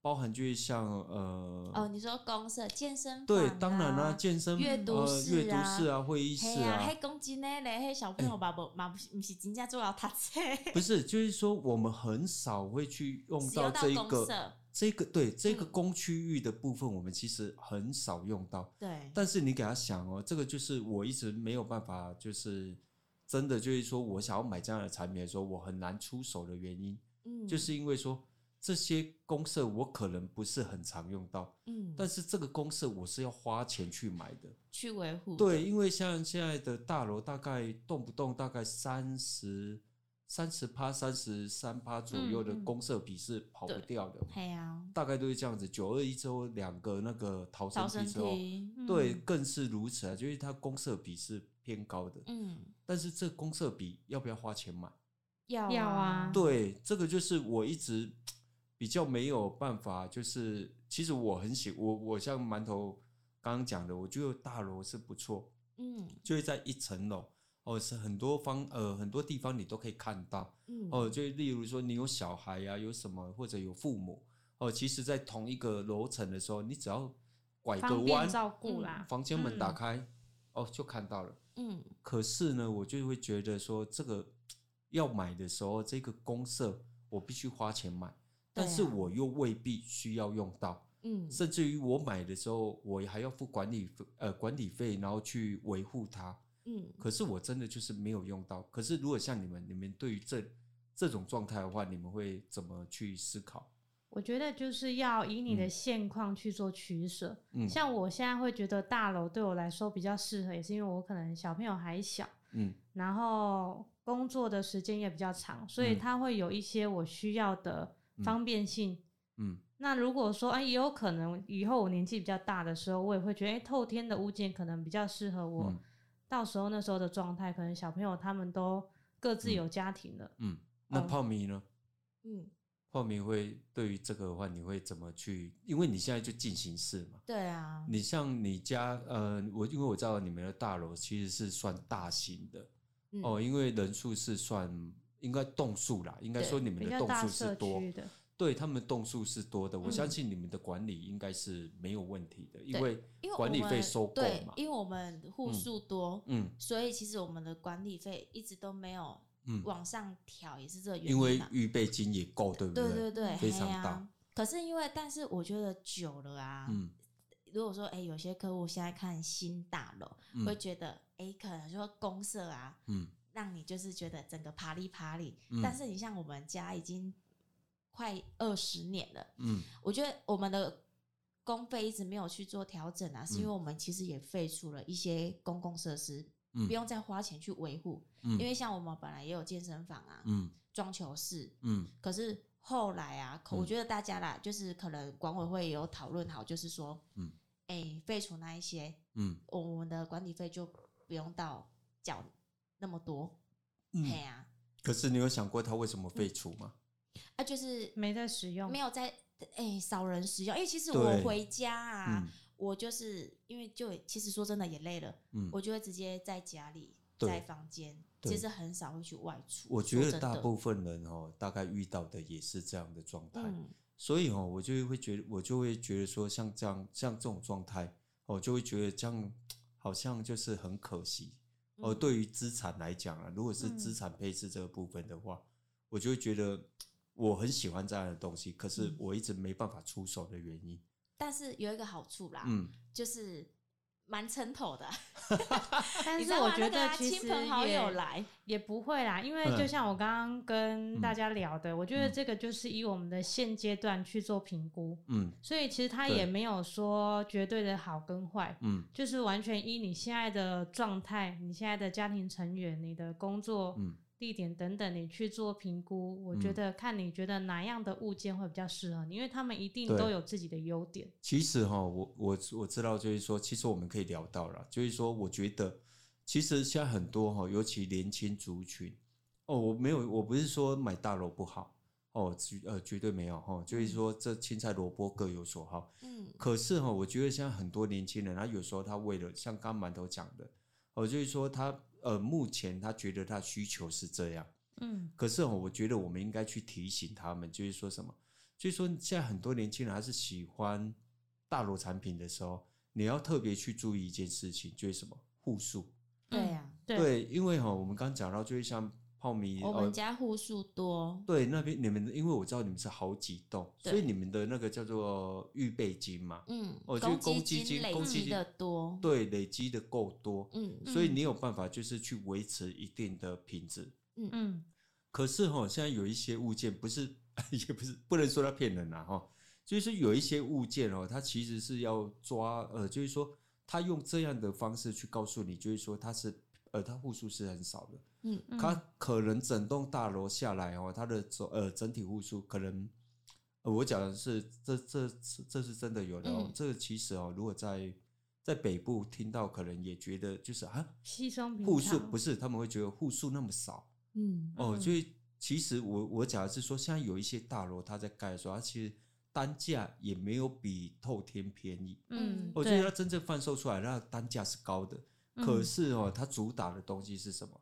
S1: 包含就是像呃，
S3: 哦，你说公社健身房、
S1: 对，当然啦、健身
S3: 啊阅读
S1: 呃
S3: 室
S1: 阅读
S3: 啊
S1: 室啊，会议
S3: 嘿
S1: 室
S3: 呀、
S1: 啊
S3: 迄，讲真诶咧，迄小朋友嘛无嘛不是真正做到读册，
S1: 不是，就是说我们很少会去用
S3: 使
S1: 到
S3: 用
S1: 这一
S3: 公
S1: 个
S3: 社，
S1: 这个对这个
S3: 嗯
S1: 公区域的部分，我们其实很少用到。
S3: 对，
S1: 但是你给他想哦，这个就是我一直没有办法，就是真的就是说我想要买这样的产品的时候，我很难出手的原因，
S3: 嗯，
S1: 就是因为说这些公社我可能不是很常用到，
S3: 嗯，
S1: 但是这个公社我是要花钱去买的。
S3: 去维护，
S1: 对，因为像现在的大楼大概动不动大概三十。三十趴、三十三趴左右的
S2: 嗯嗯
S1: 公社比是跑不
S3: 对
S1: 掉的，
S3: 嘿呀、
S1: 大概都是这样子。九二一之后，两个那个逃
S3: 招
S1: 生
S3: 生
S1: 梯之后，
S3: 梯，
S2: 嗯
S1: 哦对，更是如此啊，就是它公社比是偏高的，
S3: 嗯，
S1: 但是这公社比要不要花钱买？
S3: 要
S2: 要啊
S1: 对，这个就是我一直比较没有办法，就是其实我很喜我我像馒头刚刚讲的，我觉得大楼是不错，
S3: 嗯
S1: 就是在一层楼哦，是很多方呃很多地方你都可以看到，
S3: 嗯，
S1: 哦，就例如说你有小孩呀、有什么或者有父母哦，其实，在同一个楼层的时候，你只要拐个
S2: 方便
S1: 弯，
S2: 照顾啦。
S1: 房间门打
S2: 嗯
S1: 开，哦，就看到了。
S3: 嗯，
S1: 可是呢，我就会觉得说，这个要买的时候，这个公社我必须花钱买，但
S3: 对
S1: 是
S3: 啊
S1: 我又未必需要用到，
S3: 嗯，
S1: 甚至于我买的时候，我还要付管理费，呃管理费，然后去维护它。
S3: 嗯，
S1: 可是我真的就是没有用到。可是如果像你们，你们对于这这种状态的话，你们会怎么去思考？
S2: 我觉得就是要以你的现况去做取舍。
S1: 嗯
S2: 像我现在会觉得大楼对我来说比较适合，也是因为我可能小朋友还小，
S1: 嗯
S2: 然后工作的时间也比较长，所以
S1: 嗯
S2: 它会有一些我需要的方便性。
S1: 嗯
S2: 那如果说，哎、也有可能以后我年纪比较大的时候，我也会觉得，哎、透天的物件可能比较适合我。
S1: 嗯
S2: 到时候那时候的状态，可能小朋友他们都各自有家庭了。
S1: 嗯。那
S2: 嗯
S1: 泡米呢？
S3: 嗯，
S1: 泡米会对于这个的话，你会怎么去？因为你现在就进行式嘛。
S3: 对啊，
S1: 你像你家，呃，我因为我知道你们的大楼其实是算大型的、
S3: 嗯
S1: 哦，因为人数是算应该栋数啦，应该
S3: 对
S1: 说你们
S2: 比
S1: 的
S2: 较
S1: 栋
S2: 大
S1: 数
S2: 社
S1: 是多，
S2: 区的，
S1: 对他们栋数是多的，我
S3: 嗯
S1: 相信你们的管理应该是没有问题的，因
S3: 对
S1: 为
S3: 因为我
S1: 管理费
S3: 们
S1: 收购
S3: 对
S1: 嘛，，
S3: 因为我们户
S1: 嗯
S3: 数多，
S1: 嗯
S3: 所以其实我们的管理费一直都没有
S1: 嗯，
S3: 往上调，也是这个原
S1: 因为
S3: 啊
S1: 预备金也够，对不
S3: 对
S1: 对
S3: 对对，
S1: 非
S3: 嘿
S1: 常
S3: 呀
S1: 大
S3: 可是因为，但是我觉得久了啊，
S1: 嗯
S3: 如果说哎、有些客户现在看新大楼，会
S1: 嗯
S3: 觉得哎、可能说公社啊，
S1: 嗯
S3: 让你就是觉得整个爬里爬里。
S1: 嗯
S3: 但是你像我们家已经快二十年了，
S1: 嗯
S3: 我觉得我们的公费一直没有去做调整
S1: 嗯
S3: 啊，是因为我们其实也废除了一些公共设施，
S1: 嗯，
S3: 不用再花钱去维护。
S1: 嗯，
S3: 因为像我们本来也有健身房啊，
S1: 嗯
S3: 装修室，
S1: 嗯
S3: 可是后来啊，可
S1: 嗯
S3: 我觉得大家啦，就是可能管委会也有讨论好，就是说，
S1: 嗯
S3: 嗯，哎、废除那一些，
S1: 嗯
S3: 我我们的管理费就不用到缴那么多，哎
S1: 嗯，
S3: 呀、
S1: 可是你有想过他为什么废除吗？
S3: 啊，就是
S2: 没在使用
S3: 没。有在哎、少人使用，因为其实
S1: 对
S3: 我回家啊，
S1: 嗯
S3: 我就是因为就其实说真的也累了，
S1: 嗯，
S3: 我就会直接在家里，
S1: 对
S3: 在房间，
S1: 对
S3: 其实很少会去外出。
S1: 我觉
S3: 说
S1: 得
S3: 真
S1: 大
S3: 的
S1: 部分人哦，大概遇到的也是这样的状态。
S3: 嗯，
S1: 所以哦，我就会觉得，我就会觉得说，像这样，像这种状态，我就会觉得这样好像就是很可惜。哦，
S3: 嗯，
S1: 对于资产来讲啊，如果是
S2: 嗯
S1: 资产配置这个部分的话，我就会觉得嗯我很喜欢这样的东西，可是
S3: 嗯
S1: 我一直没办法出手的原因。
S3: 但是有一个好处啦，
S1: 嗯，
S3: 就是蛮撑头
S2: (laughs)
S3: 的。
S2: 但
S3: 你
S2: 是
S3: 知道
S2: 我
S3: 吗
S2: 觉
S3: 那个
S2: 得
S3: 啊
S2: 其实
S3: 亲朋好友
S2: 也
S3: 来，
S2: 也不会啦，因为
S1: 嗯
S2: 就像我刚刚跟大家聊的，我觉得
S1: 嗯
S2: 这个就是以我们的现阶段去做评估，
S1: 嗯
S2: 所以其实它
S1: 对
S2: 也没有说绝对的好跟坏。
S1: 嗯
S2: 就是完全依你现在的状态、你现在的家庭成员、你的工作、
S1: 嗯
S2: 地点等等，你去做评估。我
S1: 嗯
S2: 觉得看你觉得哪样的物件会比较适合你，因为他们一定
S1: 对
S2: 都有自己的优点。
S1: 其实哈、我我我知道，就是说，其实我们可以聊到了，就是说，我觉得其实现在很多哈、尤其年轻族群哦，我没有，我不是说买大楼不好哦，绝呃绝对没有哈、就是说这青菜萝卜各有所好。
S3: 嗯
S1: 可是哈、我觉得现在很多年轻人，他有时候他为了像刚刚馒头讲的，哦，就是说他呃目前他觉得他需求是这样，
S2: 嗯，
S1: 可是哦，我觉得我们应该去提醒他们，就是说什么，就是说现在很多年轻人还是喜欢大楼产品的时候，你要特别去注意一件事情，就是什么户数。
S3: 对呀、
S2: 对啊
S1: 因为哈、哦，我们刚讲到，就是像泡米，
S3: 我们
S1: 哦
S3: 家户数多，
S1: 对那边你们，因为我知道你们是好几栋，
S3: 对
S1: 所以你们的那个叫做预备金嘛，
S3: 嗯，
S1: 哦就是公
S3: 积
S1: 积金
S3: 金累
S1: 公积
S3: 积
S1: 金
S3: 的多，
S1: 对，累积的够多，
S3: 嗯
S1: 所以你有办法就是去维持一定的品质。
S2: 嗯，
S1: 可是哈、现在有一些物件不是， (laughs) 也不是不能说它骗人啦、哈、就是有一些物件哦，它其实是要抓呃，就是说它用这样的方式去告诉你，就是说它是呃，它户数是很少的，
S3: 嗯
S2: 嗯
S1: 它可能整栋大楼下来哦，它的总呃整体户数可能。呃我讲的是，这这这这是真的有的哦。
S3: 嗯
S1: 这个其实哦，如果在在北部听到，可能也觉得就是啊，
S2: 稀松平常。
S1: 户数不是他们会觉得户数那么少，
S3: 嗯
S1: 哦，
S2: 嗯
S1: 所以其实我我讲的是说，现在有一些大楼它在盖的时候，它其实单价也没有比透天便宜。
S2: 嗯，
S1: 我觉
S2: 对嗯
S1: 得它真正贩售出来，那单价是高的，可是哦，它主打的东西是什么？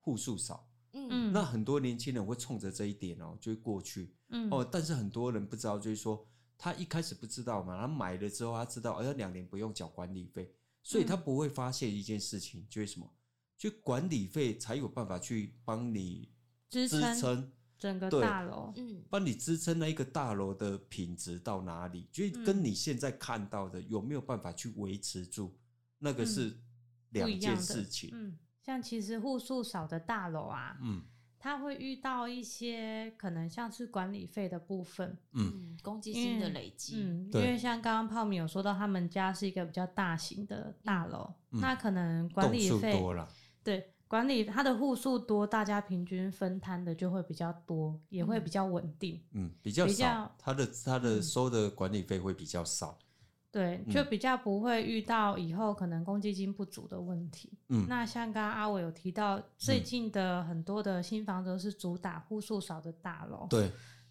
S1: 户数少。
S3: 嗯
S2: 嗯，
S1: 那很多年轻人会冲着这一点哦，就会过去
S2: 嗯
S1: 哦。但是很多人不知道，就是说他一开始不知道嘛，他买了之后他知道，哎，两年不用缴管理费，所以他
S2: 嗯
S1: 不会发现一件事情，就是什么？就管理费才有办法去帮你
S2: 支
S1: 支
S2: 撑
S1: 撑
S2: 整个
S1: 对
S2: 大楼。
S3: 嗯
S1: 帮你支撑那一个大楼的品质到哪里，就是
S2: 嗯
S1: 跟你现在看到的有没有办法去维持住，那个是
S2: 嗯不
S1: 两
S2: 一
S1: 件
S2: 样的
S1: 事情。
S2: 嗯，像其实户数少的大楼啊，
S1: 嗯
S2: 他会遇到一些可能像是管理费的部分，
S3: 嗯，攻击性的累积，
S2: 嗯，因
S1: 对
S2: 为像刚刚泡米有说到，他们家是一个比较大型的大楼，
S1: 嗯
S2: 那可能管
S1: 栋
S2: 理
S1: 数
S2: 费
S1: 多了，
S2: 对管理它的户数多，大家平均分摊的就会比较多，也会
S3: 嗯
S2: 比较稳定，
S1: 嗯，比较
S2: 比
S1: 少
S2: 较，
S1: 他的他的
S2: 嗯
S1: 收的管理费会比较少，
S2: 对，就比较不会遇到以后可能公积金不足的问题。
S1: 嗯
S2: 那像刚刚阿伟有提到，最近的很多的新房子都是主打户数少的大楼。
S1: 对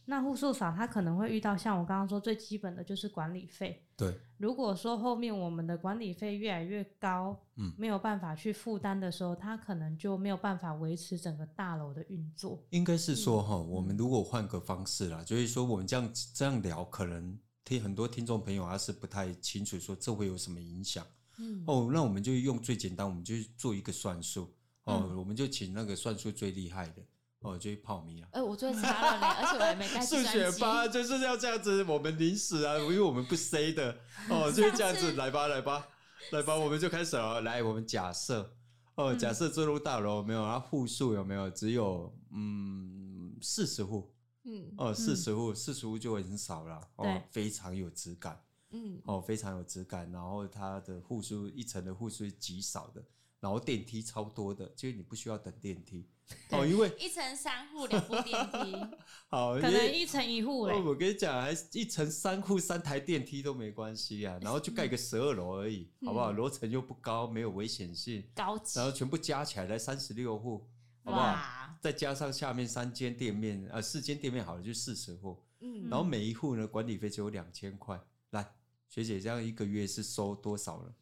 S2: 那户数少，它可能会遇到像我刚刚说最基本的就是管理费。
S1: 对，
S2: 如果说后面我们的管理费越来越高，
S1: 嗯
S2: 没有办法去负担的时候，它可能就没有办法维持整个大楼的运作。
S1: 应该是说哈，我们如果换个方式啦，就是说我们这样这样聊，可能听很多听众朋友他是不太清楚说这会有什么影响。
S3: 嗯，
S1: 哦，那我们就用最简单，我们就做一个算术。哦，
S2: 嗯
S1: 我们就请那个算术最厉害的，哦，就是泡米啊。
S3: 哎，我最差了呢，而且我还没带计
S1: 数
S3: 算
S1: 学
S3: 机
S1: 吧，就是要这样子，我们临时啊，因为我们不 say 的，哦，就是这样
S3: 上
S1: 子，
S3: 次
S1: 来吧，来吧，来吧，我们就开始了。来，我们假设，哦，假设这栋大楼有没有，它户数有没有只有嗯四十户，
S3: 嗯
S1: 哦，四十户，四十户就很少了，哦
S2: 对，
S1: 非常有质感。
S3: 嗯
S1: 哦，非常有质感，然后它的户数一层的户数是极少的，然后电梯超多的，就是你不需要等电梯哦，因为
S3: 一层三户两部电梯，
S1: (laughs) 好，
S2: 可
S1: 因
S2: 能
S1: 为
S2: 一层一户哎、
S1: 哎哦我跟你讲，还一层三户三台电梯都没关系啊，然后就盖个十二楼而已，好不好？
S3: 嗯
S1: 楼层又不高，没有危险性，
S3: 高级
S1: 然后全部加起来才三十六户，好不好？
S3: 哇，
S1: 再加上下面三间店面，呃，四间店面好了，就四十户，
S3: 嗯
S1: 然后每一户呢管理费只有两千块。来，学姐这样一个月是收多少了？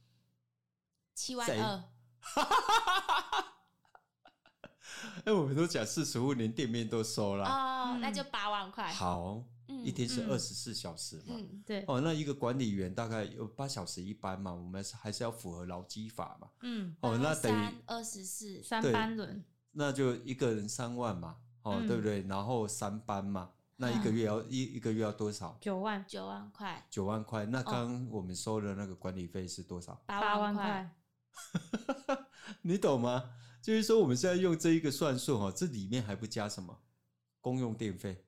S3: 七万
S1: 谁
S3: 二，
S1: 哎，我们都讲四十户，连店面都收了。
S3: 哦，
S2: 嗯
S3: 那就八万块，
S1: 好，
S3: 嗯
S1: 一天是
S2: 嗯
S1: 二十四小时嘛。
S3: 嗯
S2: 对，
S1: 哦，那一个管理员大概有八小时一班嘛，我们还是要符合劳基法嘛。
S2: 嗯，
S1: 哦，那等于
S3: 三二十四，
S2: 三
S1: 对
S2: 班轮，
S1: 那就一个人三万嘛，哦，
S2: 嗯
S1: 对不对？然后三班嘛，那一个月
S3: 嗯
S1: 要一一个月要多少？
S2: 九万
S3: 九万块，
S1: 九万块。
S3: 哦
S1: 那刚刚我们收的那个管理费是多少？
S2: 八万
S3: 块，
S2: 块，
S1: 你懂吗？就是说我们现在用这一个算术哈、哦，这里面还不加什么公用电费、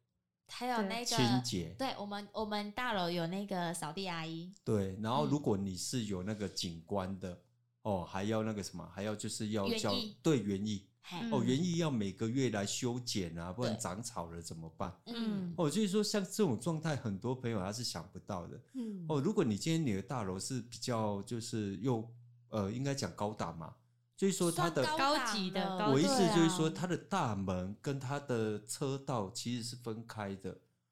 S3: 还有
S2: 对
S3: 那个
S1: 清洁，
S3: 对我们，我们大楼有那个扫地阿姨，
S1: 对，然后如
S3: 嗯
S1: 果你是有那个景观的，哦，还要那个什么，还要就是要
S3: 园
S1: 叫
S3: 艺
S1: 对园艺，
S3: 嘿，
S1: 哦，
S2: 嗯
S1: 园艺要每个月来修剪啊，不然
S3: 对
S1: 长草了怎么办？
S3: 嗯
S1: 哦，就是说像这种状态，很多朋友他是想不到的。
S3: 嗯，
S1: 哦，如果你今天你的大楼是比较就是又呃，应该讲高档嘛，就是说它
S3: 算
S1: 的。
S3: 高
S2: 高
S3: 档
S2: 级的
S3: 了
S2: 高档
S1: 我意
S2: 一
S1: 思就是说，
S3: 对啊
S1: 它的大门跟它的车道其实是分开的。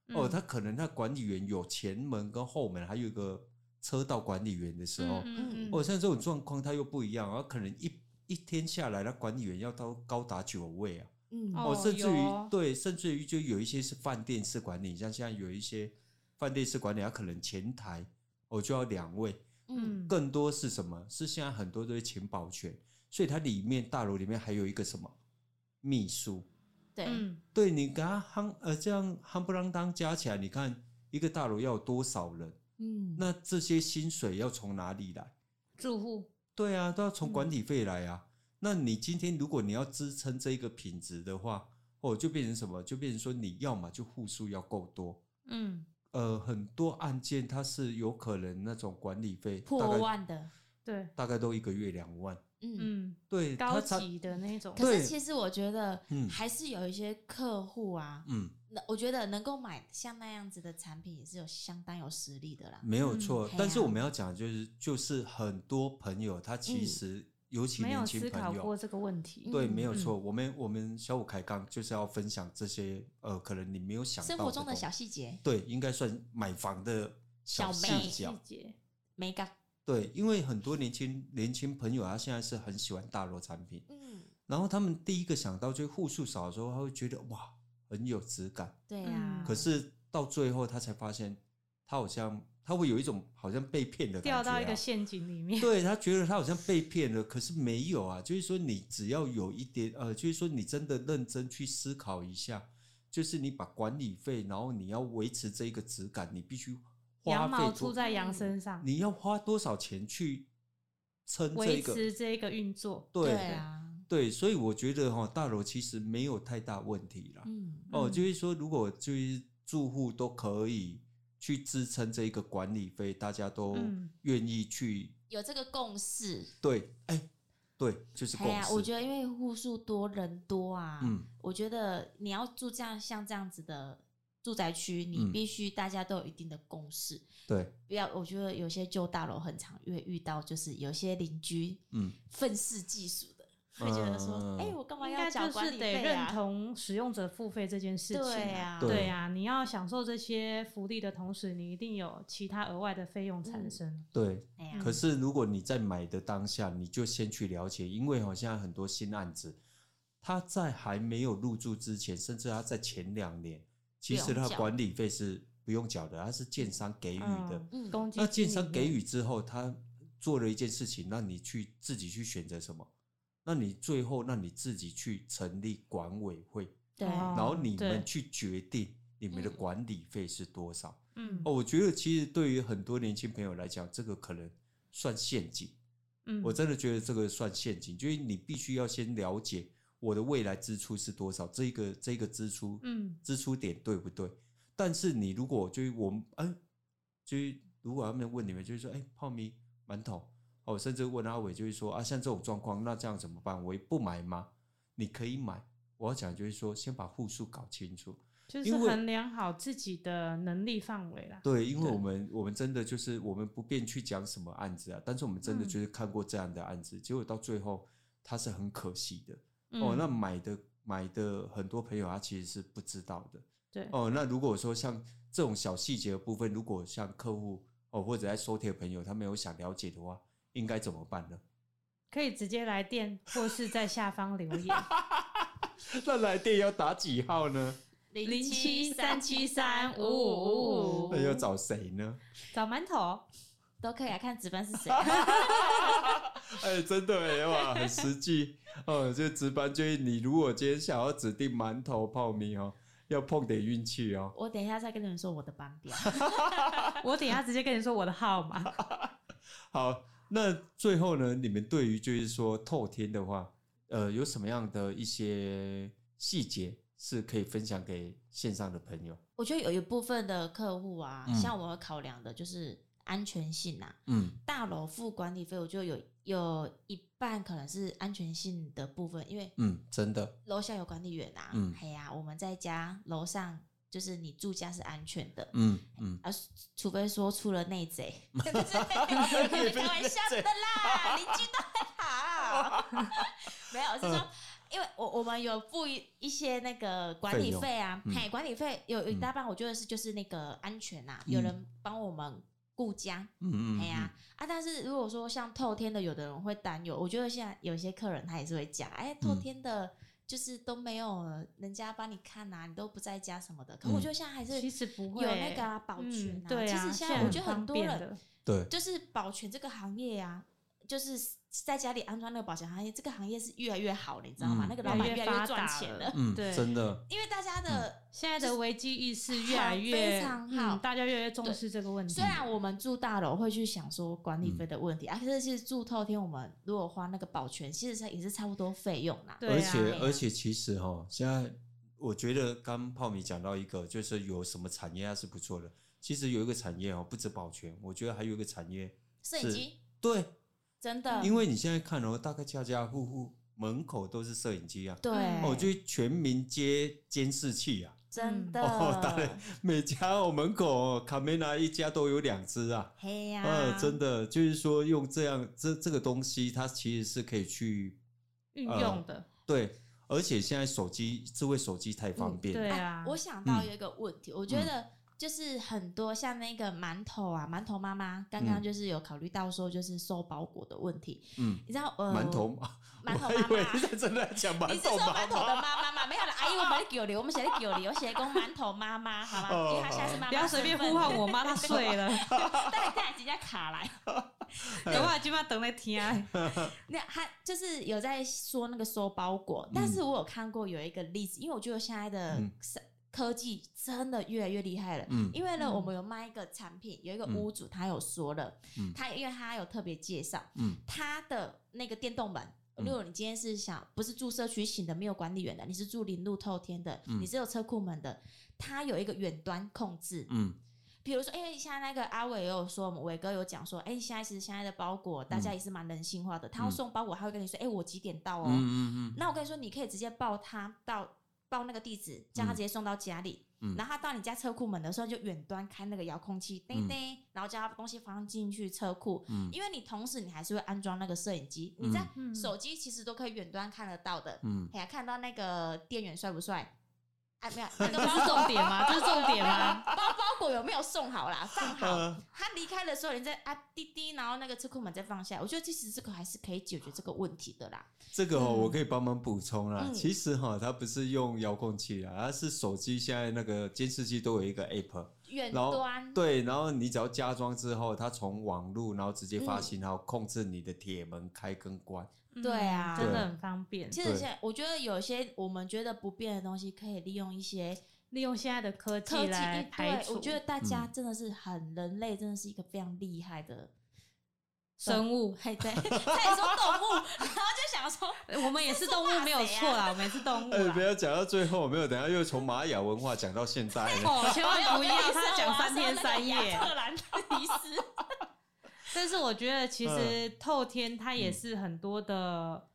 S1: 哦，
S2: 嗯
S1: 他可能他管理员有前门跟后门，还有一个车道管理员的时候，
S2: 嗯嗯嗯
S1: 哦，像这种状况他又不一样，然后可能一一天下来，他管理员要到高达九位啊，
S3: 嗯
S2: 哦
S1: 哦，甚至于、
S2: 有哦
S1: 对，甚至于就有一些是饭店式管理，像现在有一些饭店式管理，他可能前台哦就要两位，
S3: 嗯
S1: 更多是什么？是现在很多都是请保全，所以它里面大楼里面还有一个什么秘书，
S3: 对，
S2: 嗯
S1: 对你给他夯呃这样夯不啷当加起来，你看一个大楼要有多少人？
S3: 嗯
S1: 那这些薪水要从哪里来？
S2: 住户，
S1: 对啊，都要从管理费来啊。那你今天如果你要支撑这一个品质的话，哦，就变成什么？就变成说你要么就户数要够多。
S2: 嗯，
S1: 呃，很多案件它是有可能那种管理费大
S3: 破
S1: 概
S3: 万的，
S2: 对，
S1: 大概都一个月两万，
S3: 嗯。
S2: 嗯，
S1: 对，
S2: 高
S1: 它才
S2: 级的那种，
S3: 可
S1: 对
S3: 是其实我觉得
S1: 嗯，
S3: 还是有一些客户啊，
S1: 嗯，
S3: 那我觉得能够买像那样子的产品，也是有相当有实力的啦。
S1: 没有
S2: 嗯
S1: 错，
S3: 嘿
S1: 但是
S3: 啊
S1: 我们要讲的就是，就是很多朋友他其
S3: 嗯
S1: 实，尤其
S2: 没有
S1: 年轻
S2: 思考
S1: 朋
S2: 过
S1: 友，
S2: 这个问题。
S1: 对，
S3: 嗯
S1: 没有
S2: 嗯
S1: 错。我们我们小五开杠就是要分享这些，呃，可能你没有想到
S3: 生活中的
S1: 东
S3: 小，细节，
S1: 对，应该算买房的
S3: 小
S1: 细
S3: 美
S1: 节。啊
S2: 节，
S3: 没感，
S1: 对，因为很多年轻年轻朋友啊他现在是很喜欢大楼产品，
S3: 嗯，
S1: 然后他们第一个想到就是户数少的时候，他会觉得哇很有质感，
S3: 对啊
S2: 嗯
S3: 呀。
S1: 可是到最后他才发现，他好像他会有一种好像被骗的感觉、啊，
S2: 掉到一个陷阱里面。
S1: 对他觉得他好像被骗了，可是没有啊。就是说，你只要有一点呃，就是说你真的认真去思考一下，就是你把管理费，然后你要维持这一个质感，你必须花
S2: 羊毛
S1: 费
S2: 出
S1: 多，嗯
S2: 在羊身上，
S1: 你要花多少钱去撑这
S2: 维
S1: 个？
S2: 持这个运作。
S1: 对
S3: 啊，
S1: 对，所以我觉得哈、大楼其实没有太大问题啦。
S3: 嗯，
S1: 哦，
S2: 嗯
S1: 就是说，如果就是住户都可以去支撑这一个管理费，大家都
S2: 嗯
S1: 愿意去、
S3: 有这个共识。
S1: 对，哎、对，就是
S3: 哎
S1: 共
S3: 呀，
S1: 识。
S3: 我觉得因为户数多人多啊，
S1: 嗯，
S3: 我觉得你要住这样像这样子的住宅区，你
S1: 嗯
S3: 必须大家都有一定的共识。
S1: 对，
S3: 不要，我觉得有些旧大楼很常会遇到，就是有些邻居
S1: 嗯，
S3: 愤世嫉俗的，会觉得说
S1: 嗯：“
S3: 哎、我干嘛
S2: 应
S3: 要
S2: 该
S3: 缴
S2: 就
S3: 管
S2: 是
S3: 理
S2: 得
S3: 费
S2: 认
S3: 啊
S2: 同使用者付费这件事情、
S3: 对啊
S1: 对
S2: 对啊，你要享受这些福利的同时，你一定有其他额外的费用产生。
S1: 对。？”
S3: 哎呀，
S2: 嗯
S1: 可是如果你在买的当下，你就先去了解，因为好像很多新案子，他在还没有入住之前，甚至他在前两年，其
S3: 不
S1: 实
S3: 用
S1: 他
S3: 缴
S1: 管理费是不用缴的，他是建商给予的。
S3: 嗯
S2: 攻击
S1: 那建商给予之后，他做了一件事情，让你去自己去选择什么，那你最后让你自己去成立管委会，
S3: 对，
S2: 哦
S1: 然后你
S2: 对
S1: 们去决定你们的
S3: 嗯
S1: 管理费是多少。
S2: 嗯
S1: 哦，我觉得其实对于很多年轻朋友来讲，这个可能算陷阱。
S2: 嗯，
S1: 我真的觉得这个算陷阱，就是你必须要先了解我的未来支出是多少，这一个这一个支出，
S2: 嗯
S1: 支出点对不对？但是你如果就是我们，哎、就是如果他们问你们，就是说，哎、泡米、馒头，哦，甚至问阿伟，就是说，啊，像这种状况，那这样怎么办？我不买吗？你可以买。我要讲就是说，先把户数搞清楚。
S2: 就是
S1: 因为
S2: 衡量好自己的能力范围啦。
S1: 对，因为
S2: 对
S1: 我们我们真的就是我们不便去讲什么案子啊，但是我们真的
S2: 嗯
S1: 就是看过这样的案子，结果到最后它是很可惜的。哦，
S2: 嗯
S1: 那买的买的很多朋友他其实是不知道的。
S2: 对
S1: 哦，那如果说像这种小细节的部分，如果像客户哦或者在收贴的朋友他没有想了解的话，应该怎么办呢？ (laughs)
S2: 可以直接来电或是在下方留
S1: (laughs)
S2: 言。
S1: 那来电要打几号呢？
S2: 零七三七三五五五
S1: 那要找谁
S2: (laughs)
S1: 呢？
S2: 找馒头，
S3: 都可以来看值
S1: (laughs)
S3: 班是谁。 (laughs)
S1: 哎，真的没有啊，很实际哦。就值班就是你如果今天想要指定馒头泡面哦，要碰点运气哦。
S3: 我等一下再跟你们说我的班表。
S2: 我等一下直接跟你说我的号码。
S1: 好，那最后呢，你们对于就是说透天的话，呃，有什么样的一些细节是可以分享给线上的朋友？
S3: 我觉得有一部分的客户啊，
S1: 嗯
S3: 像我们考量的就是安全性啊，
S1: 嗯
S3: 大楼付管理费，我觉得有有一半可能是安全性的部分，因为
S1: 嗯，真的，
S3: 楼下有管理员啊
S1: 嗯，
S3: 哎呀、我们在家楼上就是你住家是安全的，
S1: 嗯嗯，
S3: 啊，除非说出了
S1: (laughs)
S3: 内贼，开玩笑的啦，邻居都很
S1: (laughs)
S3: 好。没有，是
S1: 嗯
S3: 说，因为我我们有付一一些那个管理费啊，
S1: 费用嗯
S3: 嘿，管理费有有一大半，我觉得是就是那个安全啊，
S1: 嗯
S3: 有人帮我们顾家，
S1: 嗯
S3: 哎呀啊，但是如果说像透天的，有的人会担忧，我觉得现在有些客人他也是会讲，
S1: 嗯
S3: 哎，透天的。就是都没有人家帮你看啊，你都不在家什么的。可
S1: 嗯
S3: 我觉得现在还是
S2: 其实不会
S3: 有那个、啊、保全
S2: 嗯，
S3: 啊。
S2: 对啊，
S3: 其实现在
S2: 很
S3: 我觉得很
S2: 方
S3: 多
S2: 便
S3: 人
S2: 的
S1: 对，
S3: 就是保全这个行业呀、啊，就是在家里安装那个保全行业，这个行业是越来越好了，你知道吗？
S1: 嗯
S3: 那个老板
S2: 越来越
S3: 越来
S2: 发
S3: 越赚
S2: 达
S3: 钱
S2: 了
S3: 了，
S1: 嗯
S2: 对
S1: 真的，
S3: 因为大家的、
S2: 现在的危机意识越
S3: 好
S2: 来越
S3: 非常好
S2: 嗯，大家越来越重
S3: 对
S2: 视这个
S1: 嗯
S2: 问题
S3: 虽。然我们住大楼会去想说管理费的问题、啊，可是其实住透天，我们如果花那个保全，其实它也是差不多费用啦。
S2: 对
S1: 而
S2: 啊
S1: 且呃
S3: 哎呀
S1: 而且其实哈、现在我觉得刚泡米讲到一个，就是有什么产业它是不错的。其实有一个产业哦，不止保全，我觉得还有一个产业，
S3: 摄影机
S1: 对，
S3: 真的，
S1: 因为你现在看哦，大概家家户户门口都是摄影机啊，
S3: 对，
S2: 哦
S1: 哦，就是全民皆监视器啊， (laughs)
S3: 真的，
S1: 哦当然每家哦门口哦，卡梅拉一家都有两只啊，
S3: 嘿呀、
S1: 呃，真的就是说用这样这这个东西，它其实是可以去
S2: 运
S1: 呃
S2: 用
S3: 嗯
S2: 的，
S1: 对，而且现在手机智慧手机太方
S3: 嗯
S1: 便
S2: 对
S1: 了，
S2: 啊，
S3: 哎我想到
S1: 嗯
S3: 有一个问题，我觉得就是很多像那个馒头啊，馒头妈妈刚刚就是有考虑到说就是收包裹的问题，
S1: 嗯，
S3: 你知道呃，
S1: 馒头，
S3: 馒头
S1: (laughs) 我还以为
S3: 妈
S1: 你
S3: 妈。
S1: 在真的在讲馒
S3: 你是
S1: 头
S3: 说
S1: 妈
S3: 馒头的
S1: 妈，
S3: 妈妈吗？没有了，阿姨，我们是狗流，我们写的狗流，写的公馒头妈妈，好吗？
S1: 哦
S3: 因为她现在是妈妈，
S2: 不要随便呼唤，
S3: (laughs)
S2: 我妈，她睡了，
S3: 带带人家卡来。
S2: (laughs) 等我今晚等来听。啊
S3: 那他就是有在说那个收包裹，但是我有看过有一个例子，因为我觉得现在的
S1: 嗯
S3: 是科技真的越来越厉害了。
S1: (laughs) 嗯
S3: 因为呢，
S2: 嗯
S3: 我们有卖一个产品，有一个
S1: 嗯
S3: 屋主他有说了，
S1: 嗯
S3: 他因为他有特别介绍
S1: 嗯
S3: 他的那个电动门，例如你今天是想不是住社区型的，没有管理员的，你是住林路透天的，
S4: 嗯
S3: 你只有车库门的，它有一个远端控制。
S4: 嗯
S3: 比如说，因为现在那个阿伟也有说，我们伟哥有讲说，哎、现在其实现在的包裹大家也是蛮人性化的，他要
S4: 嗯
S3: 送包裹，他会跟你说，哎、我几点到哦？
S4: 嗯嗯嗯
S3: 那我跟你说，你可以直接报他到报那个地址，叫他
S4: 嗯
S3: 直接送到家里。
S4: 嗯
S3: 然后他到你家车库门的时候，就远端开那个遥控器，
S1: 嗯
S3: 叮叮，然后叫他东西放进去车库。
S4: 嗯
S3: 因为你同时你还是会安装那个摄影机，
S4: 嗯
S3: 你在
S2: 嗯
S3: 手机其实都可以远端看得到的。
S4: 嗯，
S3: 哎呀，看到那个店员帅不帅？啊，没有，那个
S2: 这是重点 (laughs) 吗？这是重点吗？
S3: 包包裹有没有送好啦？放好。
S1: 呃
S3: 他离开的时候，你再啊滴滴，然后那个车库门再放下来。我觉得其实这个还是可以解决这个问题的啦。
S1: 这个哦，
S3: 嗯
S1: 我可以帮忙补充啦。
S3: 嗯
S1: 其实哈、它不是用遥控器啦，它是手机现在那个监视器都有一个 app，
S3: 远
S1: 然后
S3: 端，
S1: 对，然后你只要加装之后，它从网路然后直接
S2: 嗯
S1: 发信号，控制你的铁门开跟关。
S3: (laughs) 对啊
S2: 嗯真的很方便。
S3: 其实
S1: 对
S3: 现在我觉得有些我们觉得不变的东西，可以利用一些
S2: 利用现在的科技
S3: 科技
S2: 来
S3: 力。
S2: 排
S3: 对，
S2: 除
S3: 我觉得大
S1: 嗯
S3: 家真的是很人类，真的是一个非常厉害的。 (laughs)
S2: 生物，
S3: 嘿，对，他也说动物，然后就想说，
S2: 我们也是动物没有错啦，我们也是动物
S1: 哎、不
S2: 啦。
S1: 要讲到最后，没有，等一下又从玛雅文化讲到现在了。
S2: 哦， (laughs)
S3: (laughs)
S2: 千万不要，他讲三天三
S3: 我要
S2: 夜
S3: 说那个亚。特兰大遗失，
S2: (laughs) 但是我觉得其
S1: 嗯
S2: 实透天它也是很多的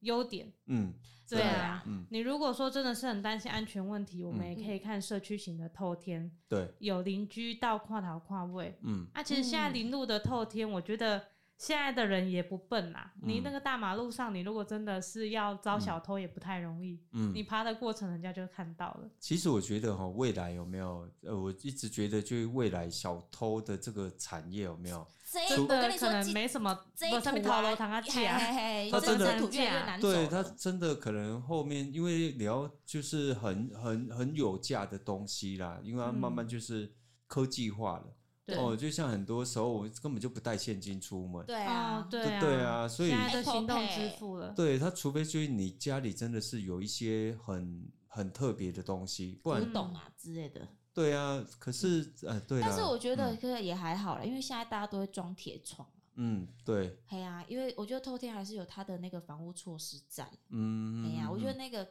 S2: 优点。
S1: 嗯，
S2: (laughs) 对
S1: 真的
S2: 啊，
S1: 嗯，
S2: 你如果说真的是很担心安全问题，我们
S1: 嗯
S2: 也可以看社区型的透天，
S1: 对，
S2: 有邻居到跨岛跨位。
S4: 嗯
S2: 啊，其实现在
S3: 嗯
S2: 林路的透天，我觉得现在的人也不笨啦。你
S4: 嗯
S2: 那个大马路上，你如果真的是要
S1: 嗯
S2: 遭小偷，也不太容易。
S4: 嗯
S2: 你爬的过程，人家就看到了。
S1: 其实我觉得哈、未来有没有？呃，我一直觉得就是未来小偷的这个产业有没有？
S3: 这一
S2: 真
S3: 哎我跟
S2: 的
S3: 你
S2: 可
S3: 说，
S2: 能
S3: 这
S2: 没什么，
S3: 这
S2: 不
S3: 一
S2: 上面
S3: 图
S2: 套
S3: 啊
S2: 楼堂啊
S3: 嘿
S2: 架，
S3: 嘿嘿
S1: 他真的
S3: 这个土越来越难走
S1: 对
S3: 了，
S1: 它真的可能后面，因为你要就是很很很有价的东西啦，因为它慢
S2: 嗯
S1: 慢就是科技化了。
S2: 对
S1: 哦，就像很多时候我们根本就不带现金出门。
S3: 对
S2: 哦
S3: 啊，，
S2: 对啊，
S1: 对啊所以
S2: 现在都
S3: Apple
S2: 行动
S3: Pay
S2: 支付了。
S1: 对它，除非就是你家里真的是有一些很很特别的东西，不
S3: 古
S1: 然、
S2: 嗯
S3: 董啊之类的。
S1: 对啊。可是呃，对啦，
S3: 嗯但是我觉得
S1: 嗯
S3: 可也还好了，因为现在大家都会装铁窗。
S1: 嗯，对，
S3: 哎呀、因为我觉得透天还是有它的那个防护措施在。
S1: 嗯，
S3: 哎呀、我觉得
S1: 嗯
S3: 那个，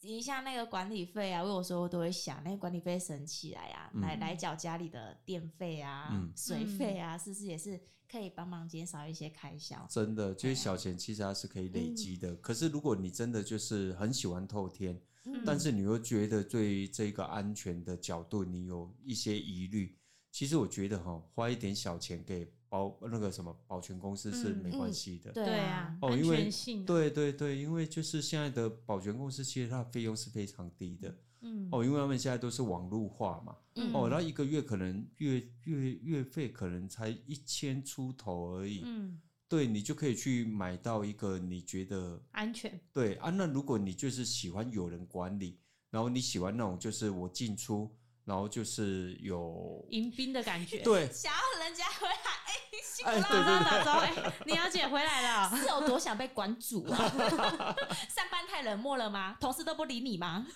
S3: 你像那个管理费啊，我有时候都会想，那个管理费省起来啊，
S4: 嗯
S3: 来来缴家里的电费啊、
S4: 嗯
S3: 水费啊，是不是也是可以帮忙减少一些开销？
S1: 嗯真的就是
S3: 对啊
S1: 小钱，其实它是可以累积的。可是如果你真的就是很喜欢透天，
S3: 嗯
S1: 但是你又觉得对于这个安全的角度你有一些疑虑，其实我觉得哈，花一点小钱给保那个什么保全公司是
S2: 嗯
S1: 没关系的。
S3: 对
S2: 对
S3: 啊
S2: 啊，，
S1: 哦
S2: 安
S1: 因为
S2: 全性，
S1: 对对对，因为就是现在的保全公司，其实它的费用是非常低的
S2: 嗯，
S1: 哦，因为他们现在都是网络化嘛，
S3: 嗯
S1: 哦，那一个月可能月月月费可能才一千出头而已，
S2: 嗯，
S1: 对你就可以去买到一个你觉得
S2: 安全，
S1: 对啊。那如果你就是喜欢有人管理，然后你喜欢那种就是我进出，然后就是有
S2: 迎宾的感觉。
S1: 对，
S3: (laughs) 想要人家回来，哎、辛苦
S1: 哎
S3: 啦
S1: 对对对，
S2: 大招，哎，你小姐回来了。
S3: 啊是有多想被管住啊？ (laughs) 上班太冷漠了吗？同事都不理你吗？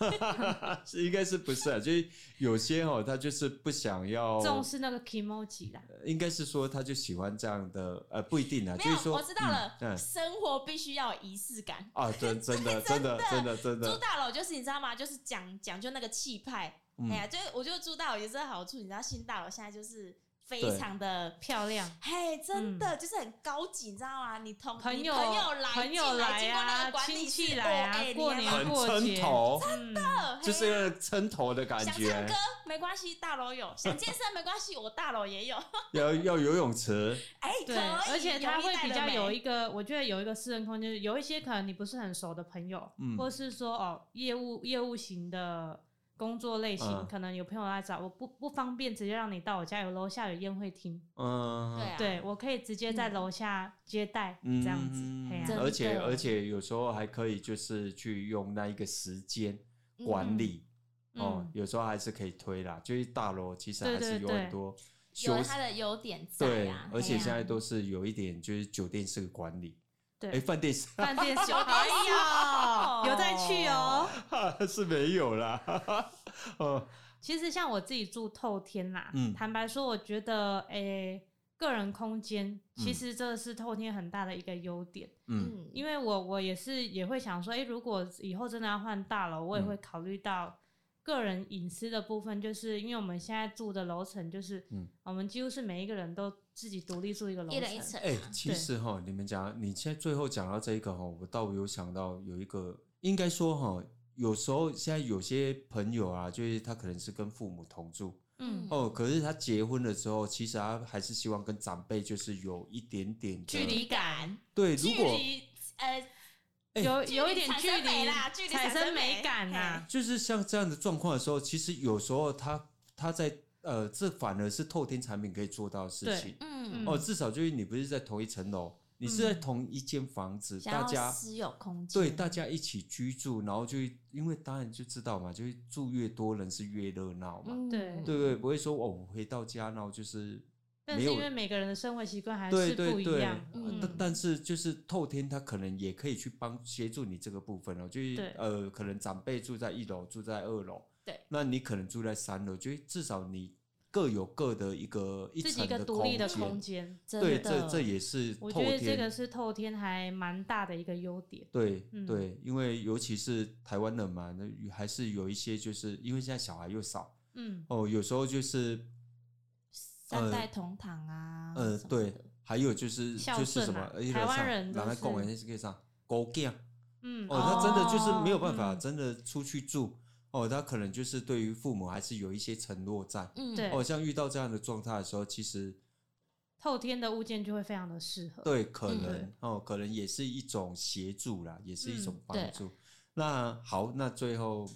S1: 是 (laughs) 应该是不是啊？就是有些哦，他就是不想要，
S2: 重视那个 emoji 啦，
S1: 应该是说他就喜欢这样的，呃，不一定啊，
S3: 没
S1: 就是
S3: 有，
S1: 说
S3: 我知道了，
S1: 嗯嗯
S3: 生活必须要有仪式感。
S1: 啊，
S3: (laughs)
S1: 真真的真的真的真
S3: 住
S1: 的，
S3: 大楼就是你知道吗？就是讲讲究那个气派。
S1: 嗯
S3: 哎呀，就是我觉得住大楼有这个好处，你知道新大楼现在就是非常的，
S2: 漂亮。
S3: 嘿，真的、就是很高级，你知道吗？你同
S2: 嗯朋友
S3: 你朋友来，
S2: 朋
S3: 进
S2: 友
S3: 来，
S2: 来
S3: 经过那
S2: 啊
S3: 个，管理
S2: 亲
S3: 室
S2: 戚来
S3: 哦
S2: 啊
S3: 哎，
S2: 过
S3: 你
S2: 年
S3: 来
S1: 很
S3: 吧
S2: 过
S1: 撑
S2: 节
S1: 头，
S2: 嗯，
S3: 呃
S1: 就
S3: 嘿
S1: 是那个撑头的感
S3: 想
S1: 觉，
S3: 唱歌没关系，大楼有；想健身没关系，我大楼也
S2: (laughs)
S3: 有。
S1: 要要游泳池，
S3: 哎，可
S2: 对，
S3: 以，
S2: 而且它
S3: 有
S2: 会
S3: 一代
S2: 比
S3: 的
S2: 较
S3: 美
S2: 有一个，我觉得有一个私人空间，就是有一些可能你不是很熟的朋友，
S1: 嗯
S2: 或是说哦业务业务型的工作类型，
S1: 嗯
S2: 可能有朋友来找我不不方便，直接让你到我家，有楼下有宴会厅，
S1: 嗯，
S3: 对啊，
S2: 对我可以直接在
S3: 嗯
S2: 楼下接待这样子，嘿
S3: 真
S2: 啊
S1: 嗯
S3: 的
S1: 而且而且有时候还可以就是去用那一个时间
S3: 嗯
S1: 管理、哦
S2: 嗯，
S1: 有时候还是可以推啦。就是大楼其实
S2: 对
S1: 还是
S2: 对
S1: 有
S2: 对
S1: 很多修
S3: 有它的优点在
S1: 对
S3: 啊。
S1: 而且现在
S3: 哎呀
S1: 都是有一点就是酒店式管理，哎，
S2: 对，
S1: 饭店式
S2: 饭店小
S3: 哎呀
S2: 有再去哦。
S1: (laughs) 是没有啦，哦，
S2: 其实像我自己住透天啦，
S1: 嗯
S2: 坦白说，我觉得诶、个人空间，其
S1: 嗯
S2: 实这是透天很大的一个优点。
S1: 嗯
S3: 嗯，
S2: 因为我我也是也会想说，诶，如果以后真的要换大楼，我也
S1: 嗯
S2: 会考虑到个人隐私的部分，就是因为我们现在住的楼层，就是、
S1: 嗯
S2: 我们几乎是每一个人都自己独立住一个楼
S3: 一
S2: 层，
S3: 人一层、
S1: 哎、
S3: 啊，
S1: 其实哈，你们讲，你现在最后讲到这一个哈，我倒有想到有一个，应该说哈，有时候现在有些朋友啊，就是他可能是跟父母同住，
S2: 嗯
S3: 嗯，
S1: 哦，可是他结婚了之后，其实他还是希望跟长辈就是有一点点的
S3: 距离感，
S1: 对，如
S3: 距
S1: 果
S3: 离呃
S1: 哎
S2: 有
S3: 距离
S2: 有一点
S3: 产
S2: 距
S3: 生美
S2: 离
S3: 啦距离
S2: 产
S3: 产
S2: 生
S3: 生
S2: 美
S3: 美
S2: 感啊呐、
S3: 嘿
S1: 就是像这样的状况的时候，其实有时候他他在呃，这反而是透天产品可以做到的事
S2: 对
S1: 情。
S3: 嗯，
S1: 哦，至少就是你不是在同一层
S2: 嗯
S1: 楼，你是在同一间房子，
S3: 想
S1: 大
S3: 要
S1: 家
S3: 私有空间，
S1: 对大家一起居住，然后就因为当然就知道嘛，就是住越多人是越热闹嘛，
S3: 嗯，
S2: 对
S1: 对不对？不会说哦，我回到家然后就是
S2: 但
S1: 没
S2: 是
S1: 有
S2: 因为每个人的生活习惯还
S1: 对
S2: 是
S1: 对
S2: 不一
S1: 对呃
S2: 样，
S3: 嗯
S1: 但但是就是透天，它可能也可以去帮协助你这个部分哦，就
S2: 对
S1: 是呃，可能长辈住在一楼，住在二楼，
S3: 对，
S1: 那你可能住在三楼，就是至少你各有各的一个一
S2: 自己一
S1: 层
S2: 个独
S1: 空
S2: 立
S1: 间，
S2: 的空间，
S3: 真的
S1: 对，这这也是
S2: 我
S1: 透
S2: 觉得
S1: 天，
S2: 这个是透天还蛮大的一个优点。
S1: 对、
S2: 嗯
S1: 对，因为尤其是台湾人嘛，那还是有一些就是因为现在小孩又少
S2: 嗯，
S1: 哦，有时候就是
S3: 三代同堂啊，
S1: 呃，
S3: 什么
S1: 对
S3: 的，
S1: 还有就是
S2: 孝
S1: 就是
S2: 顺
S1: 什么
S2: 啊，
S1: 一
S2: 台
S1: 楼
S2: 湾
S1: 上
S2: 人都
S1: 拿来
S2: 是
S1: 供人是可以上狗干。
S2: 嗯，
S1: 哦，他真的就是没有办法，
S2: 哦嗯
S1: 真的出去住。哦，他可能就是对于父母还是有一些承诺在。
S3: 嗯，
S2: 对
S1: 哦，像遇到这样的状态的时候，其实
S2: 透天的物件就会非常的适合。
S1: 对可
S3: 嗯
S1: 能、
S2: 对
S1: 哦，可能也是一种协助啦，也是一种
S2: 嗯
S1: 帮
S3: 对
S1: 助。那好，那最后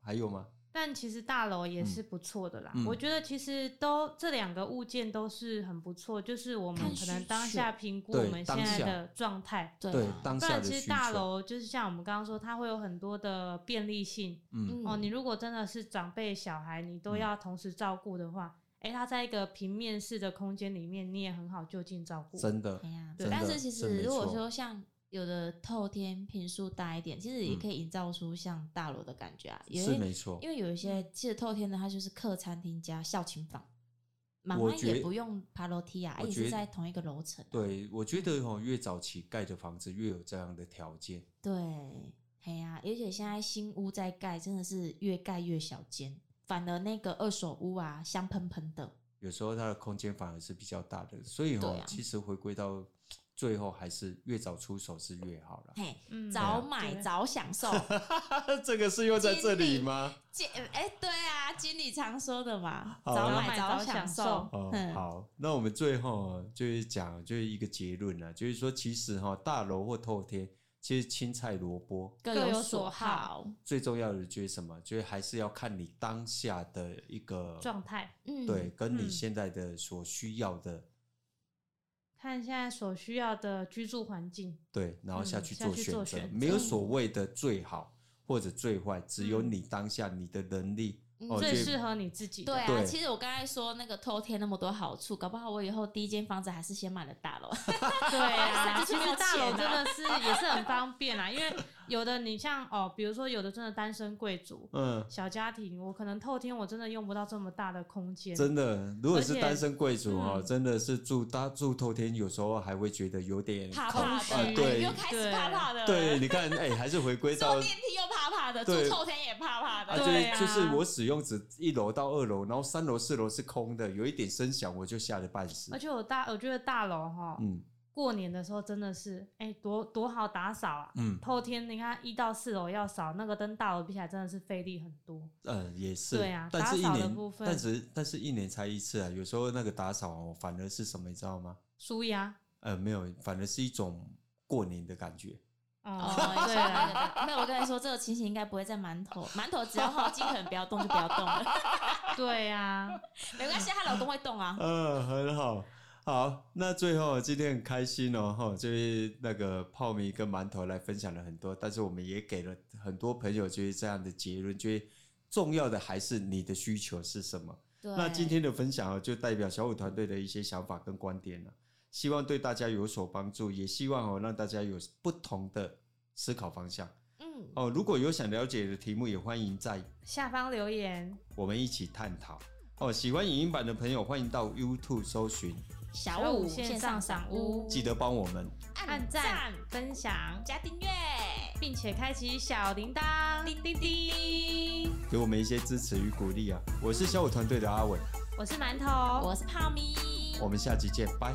S1: 还有吗？
S2: 但其实大楼也是不错的啦。
S1: 嗯
S2: 我觉得其实都这两个物件都是很不错，就是我们
S3: 看
S2: 可
S3: 需
S2: 能当
S3: 求
S2: 下评估
S1: 对
S2: 我们现
S1: 当
S2: 在
S1: 下
S2: 的状态。
S3: 对
S1: 对
S3: 啊，
S1: 当
S2: 不
S1: 下
S2: 然
S1: 的
S2: 其
S1: 需
S2: 实大
S1: 求。
S2: 楼就是像我们刚刚说，它会有很多的便利性。
S1: 嗯
S3: 嗯
S2: 哦，你如果真的是长辈、小孩，你都
S1: 嗯
S2: 要同时照顾的话，诶，他在一个平面式的空间里面，你也很好就近照顾。
S1: 真的
S3: 哎，呀，
S1: 真
S3: 但
S1: 的
S3: 是其
S1: 真没
S3: 实如果
S1: 错
S3: 说像有的透天平数大一点，其实也
S1: 嗯
S3: 可以营造出像大楼的感觉啊。有
S1: 是
S3: 些
S1: 没错
S3: 因。为有一
S2: 嗯
S3: 些其实透天的，它就是客餐厅加孝亲房，妈
S1: 我
S3: 妈
S1: 觉
S3: 也不用爬楼梯啊，啊
S1: 我
S3: 也
S1: 觉
S3: 是
S1: 得
S3: 在同一个楼层啊。
S1: 对，我觉得哦，越早期盖的房子越有这样的条件。
S3: 对，嘿呀、而且现在新屋在盖，真的是越盖越小间，反而那个二手屋啊，香喷喷的。
S1: 有时候它的空间反而是比较大的，所以
S3: 对
S1: 哦，
S3: 啊
S1: 其实回归到最后还是越早出手是越好
S3: (laughs)
S1: 啦。 (laughs)
S3: 嘿，
S2: 嗯，
S3: 早
S2: 对
S3: 买早享
S2: (laughs)
S3: 受。
S1: 这个是用
S3: 在这里
S1: 吗？
S3: 经哎、对啊，经理常说的嘛，
S1: 好
S3: 早
S1: 啊
S3: 买
S2: 早买早
S3: 享
S2: 享受
S3: 受。
S1: 哦，
S3: 嗯
S1: 好，那我们最后啊就是讲就是一个结论啊，就是说其实哈、大楼或透天，其实青菜萝卜
S3: 各
S2: 各有
S3: 有
S2: 所
S3: 所
S2: 好
S3: 好。
S1: 最重要的就是什么？就是还是要看你当下的一个
S2: 状态，
S3: 嗯，
S1: 对，，跟你
S2: 嗯
S1: 现在的所需要的、
S2: 看现在所需要的居住环境。
S1: 对，然后下
S2: 嗯
S1: 去
S2: 下
S1: 做
S2: 去
S1: 选
S2: 做
S1: 择，
S2: 选
S1: 没有
S3: 择
S1: 所谓的最好或者最坏，只有
S2: 嗯
S1: 你当下你的能力。
S3: 嗯
S1: 哦，
S2: 最
S1: 就
S2: 适合你自己的。
S3: 对啊，
S1: 对
S3: 其实我刚才说那个偷天那么多好处，搞不好我以后第一间房子还是先买了大楼。
S2: 对啊，
S3: 只是
S2: 其
S3: 没
S2: 实
S3: 有
S2: 大楼真
S3: 钱啊
S2: 的是也是很方便啊，因为有的你像哦，比如说有的真的单身贵族、
S1: 嗯，
S2: 小家庭，我可能透天我真的用不到这么大的空间。
S1: 真的，如果
S2: 而
S1: 是
S2: 且
S1: 单身贵族哦，
S2: 嗯
S1: 真的是住搭住透天，有时候还会觉得有点
S3: (laughs) 怕
S1: 恐
S3: 怕的，
S1: 啊
S3: 哎
S1: 对
S3: 又开始怕怕
S2: (laughs)
S3: 的，
S1: 对，，你看，哎、还是回归到
S3: 坐电梯又怕怕的，
S1: 对
S3: 住透天也怕怕
S1: 啊，
S3: 的，
S1: 就
S2: 对
S1: 是
S2: 啊
S1: 就是我使用只一楼到二楼，然后三楼四楼是空的，有一点声响我就吓得半死
S2: 而。且我大我觉得大楼哈，
S1: 嗯
S2: 过年的时候真的是哎、多多好打扫啊。
S1: 嗯
S2: 透天，你看一到四楼要扫，那个跟大楼比起来真的是费力很多。
S1: 呃，也是，
S2: 对啊
S1: 但是一
S2: 打扫的部
S1: 年，
S2: 分
S1: 但是但是一年才一次啊，有时候那个打扫哦，反而是什么，你知道吗？
S2: 舒压，
S1: 呃，没有，反而是一种过年的感觉。
S2: 哦
S3: 哦，(laughs)
S2: 对
S3: 对
S2: 啊，
S3: 了，没有，我跟你说，这个情形应该不会在馒头，馒头只要耗尽可能不要动就不要动了，
S2: 对啊，
S3: 没关系，她老公会动 (laughs) 啊。
S1: 嗯，很好，好，那最后啊今天很开心哦，哈，就是那个泡米跟馒头来分享了很多，但是我们也给了很多朋友就是这样的结论，就是重要的还是你的需求是什么。
S3: 对，
S1: (laughs) 那今天的分享啊，就代表小五团队的一些想法跟观点了、希望对大家有所帮助，也希望哦让大家有不同的思考方向
S3: 嗯，
S1: 哦。如果有想了解的题目，也欢迎在
S2: 下方留言，
S1: 我们一起探讨。哦，喜欢影音版的朋友，欢迎到 YouTube 搜寻，
S3: 小五
S2: 线
S3: 线
S2: 上
S3: 上
S2: 赏
S3: 赏
S2: 屋
S3: 屋，
S1: 记得帮我们。
S2: 按赞、分享，
S3: 加订阅，
S2: 并且开启小铃铛，叮叮叮！
S1: 给我们一些支持与鼓励啊！我是小五团队的阿伟，
S2: 我是馒头，
S3: 我是泡咪，
S1: 我们下集见，拜。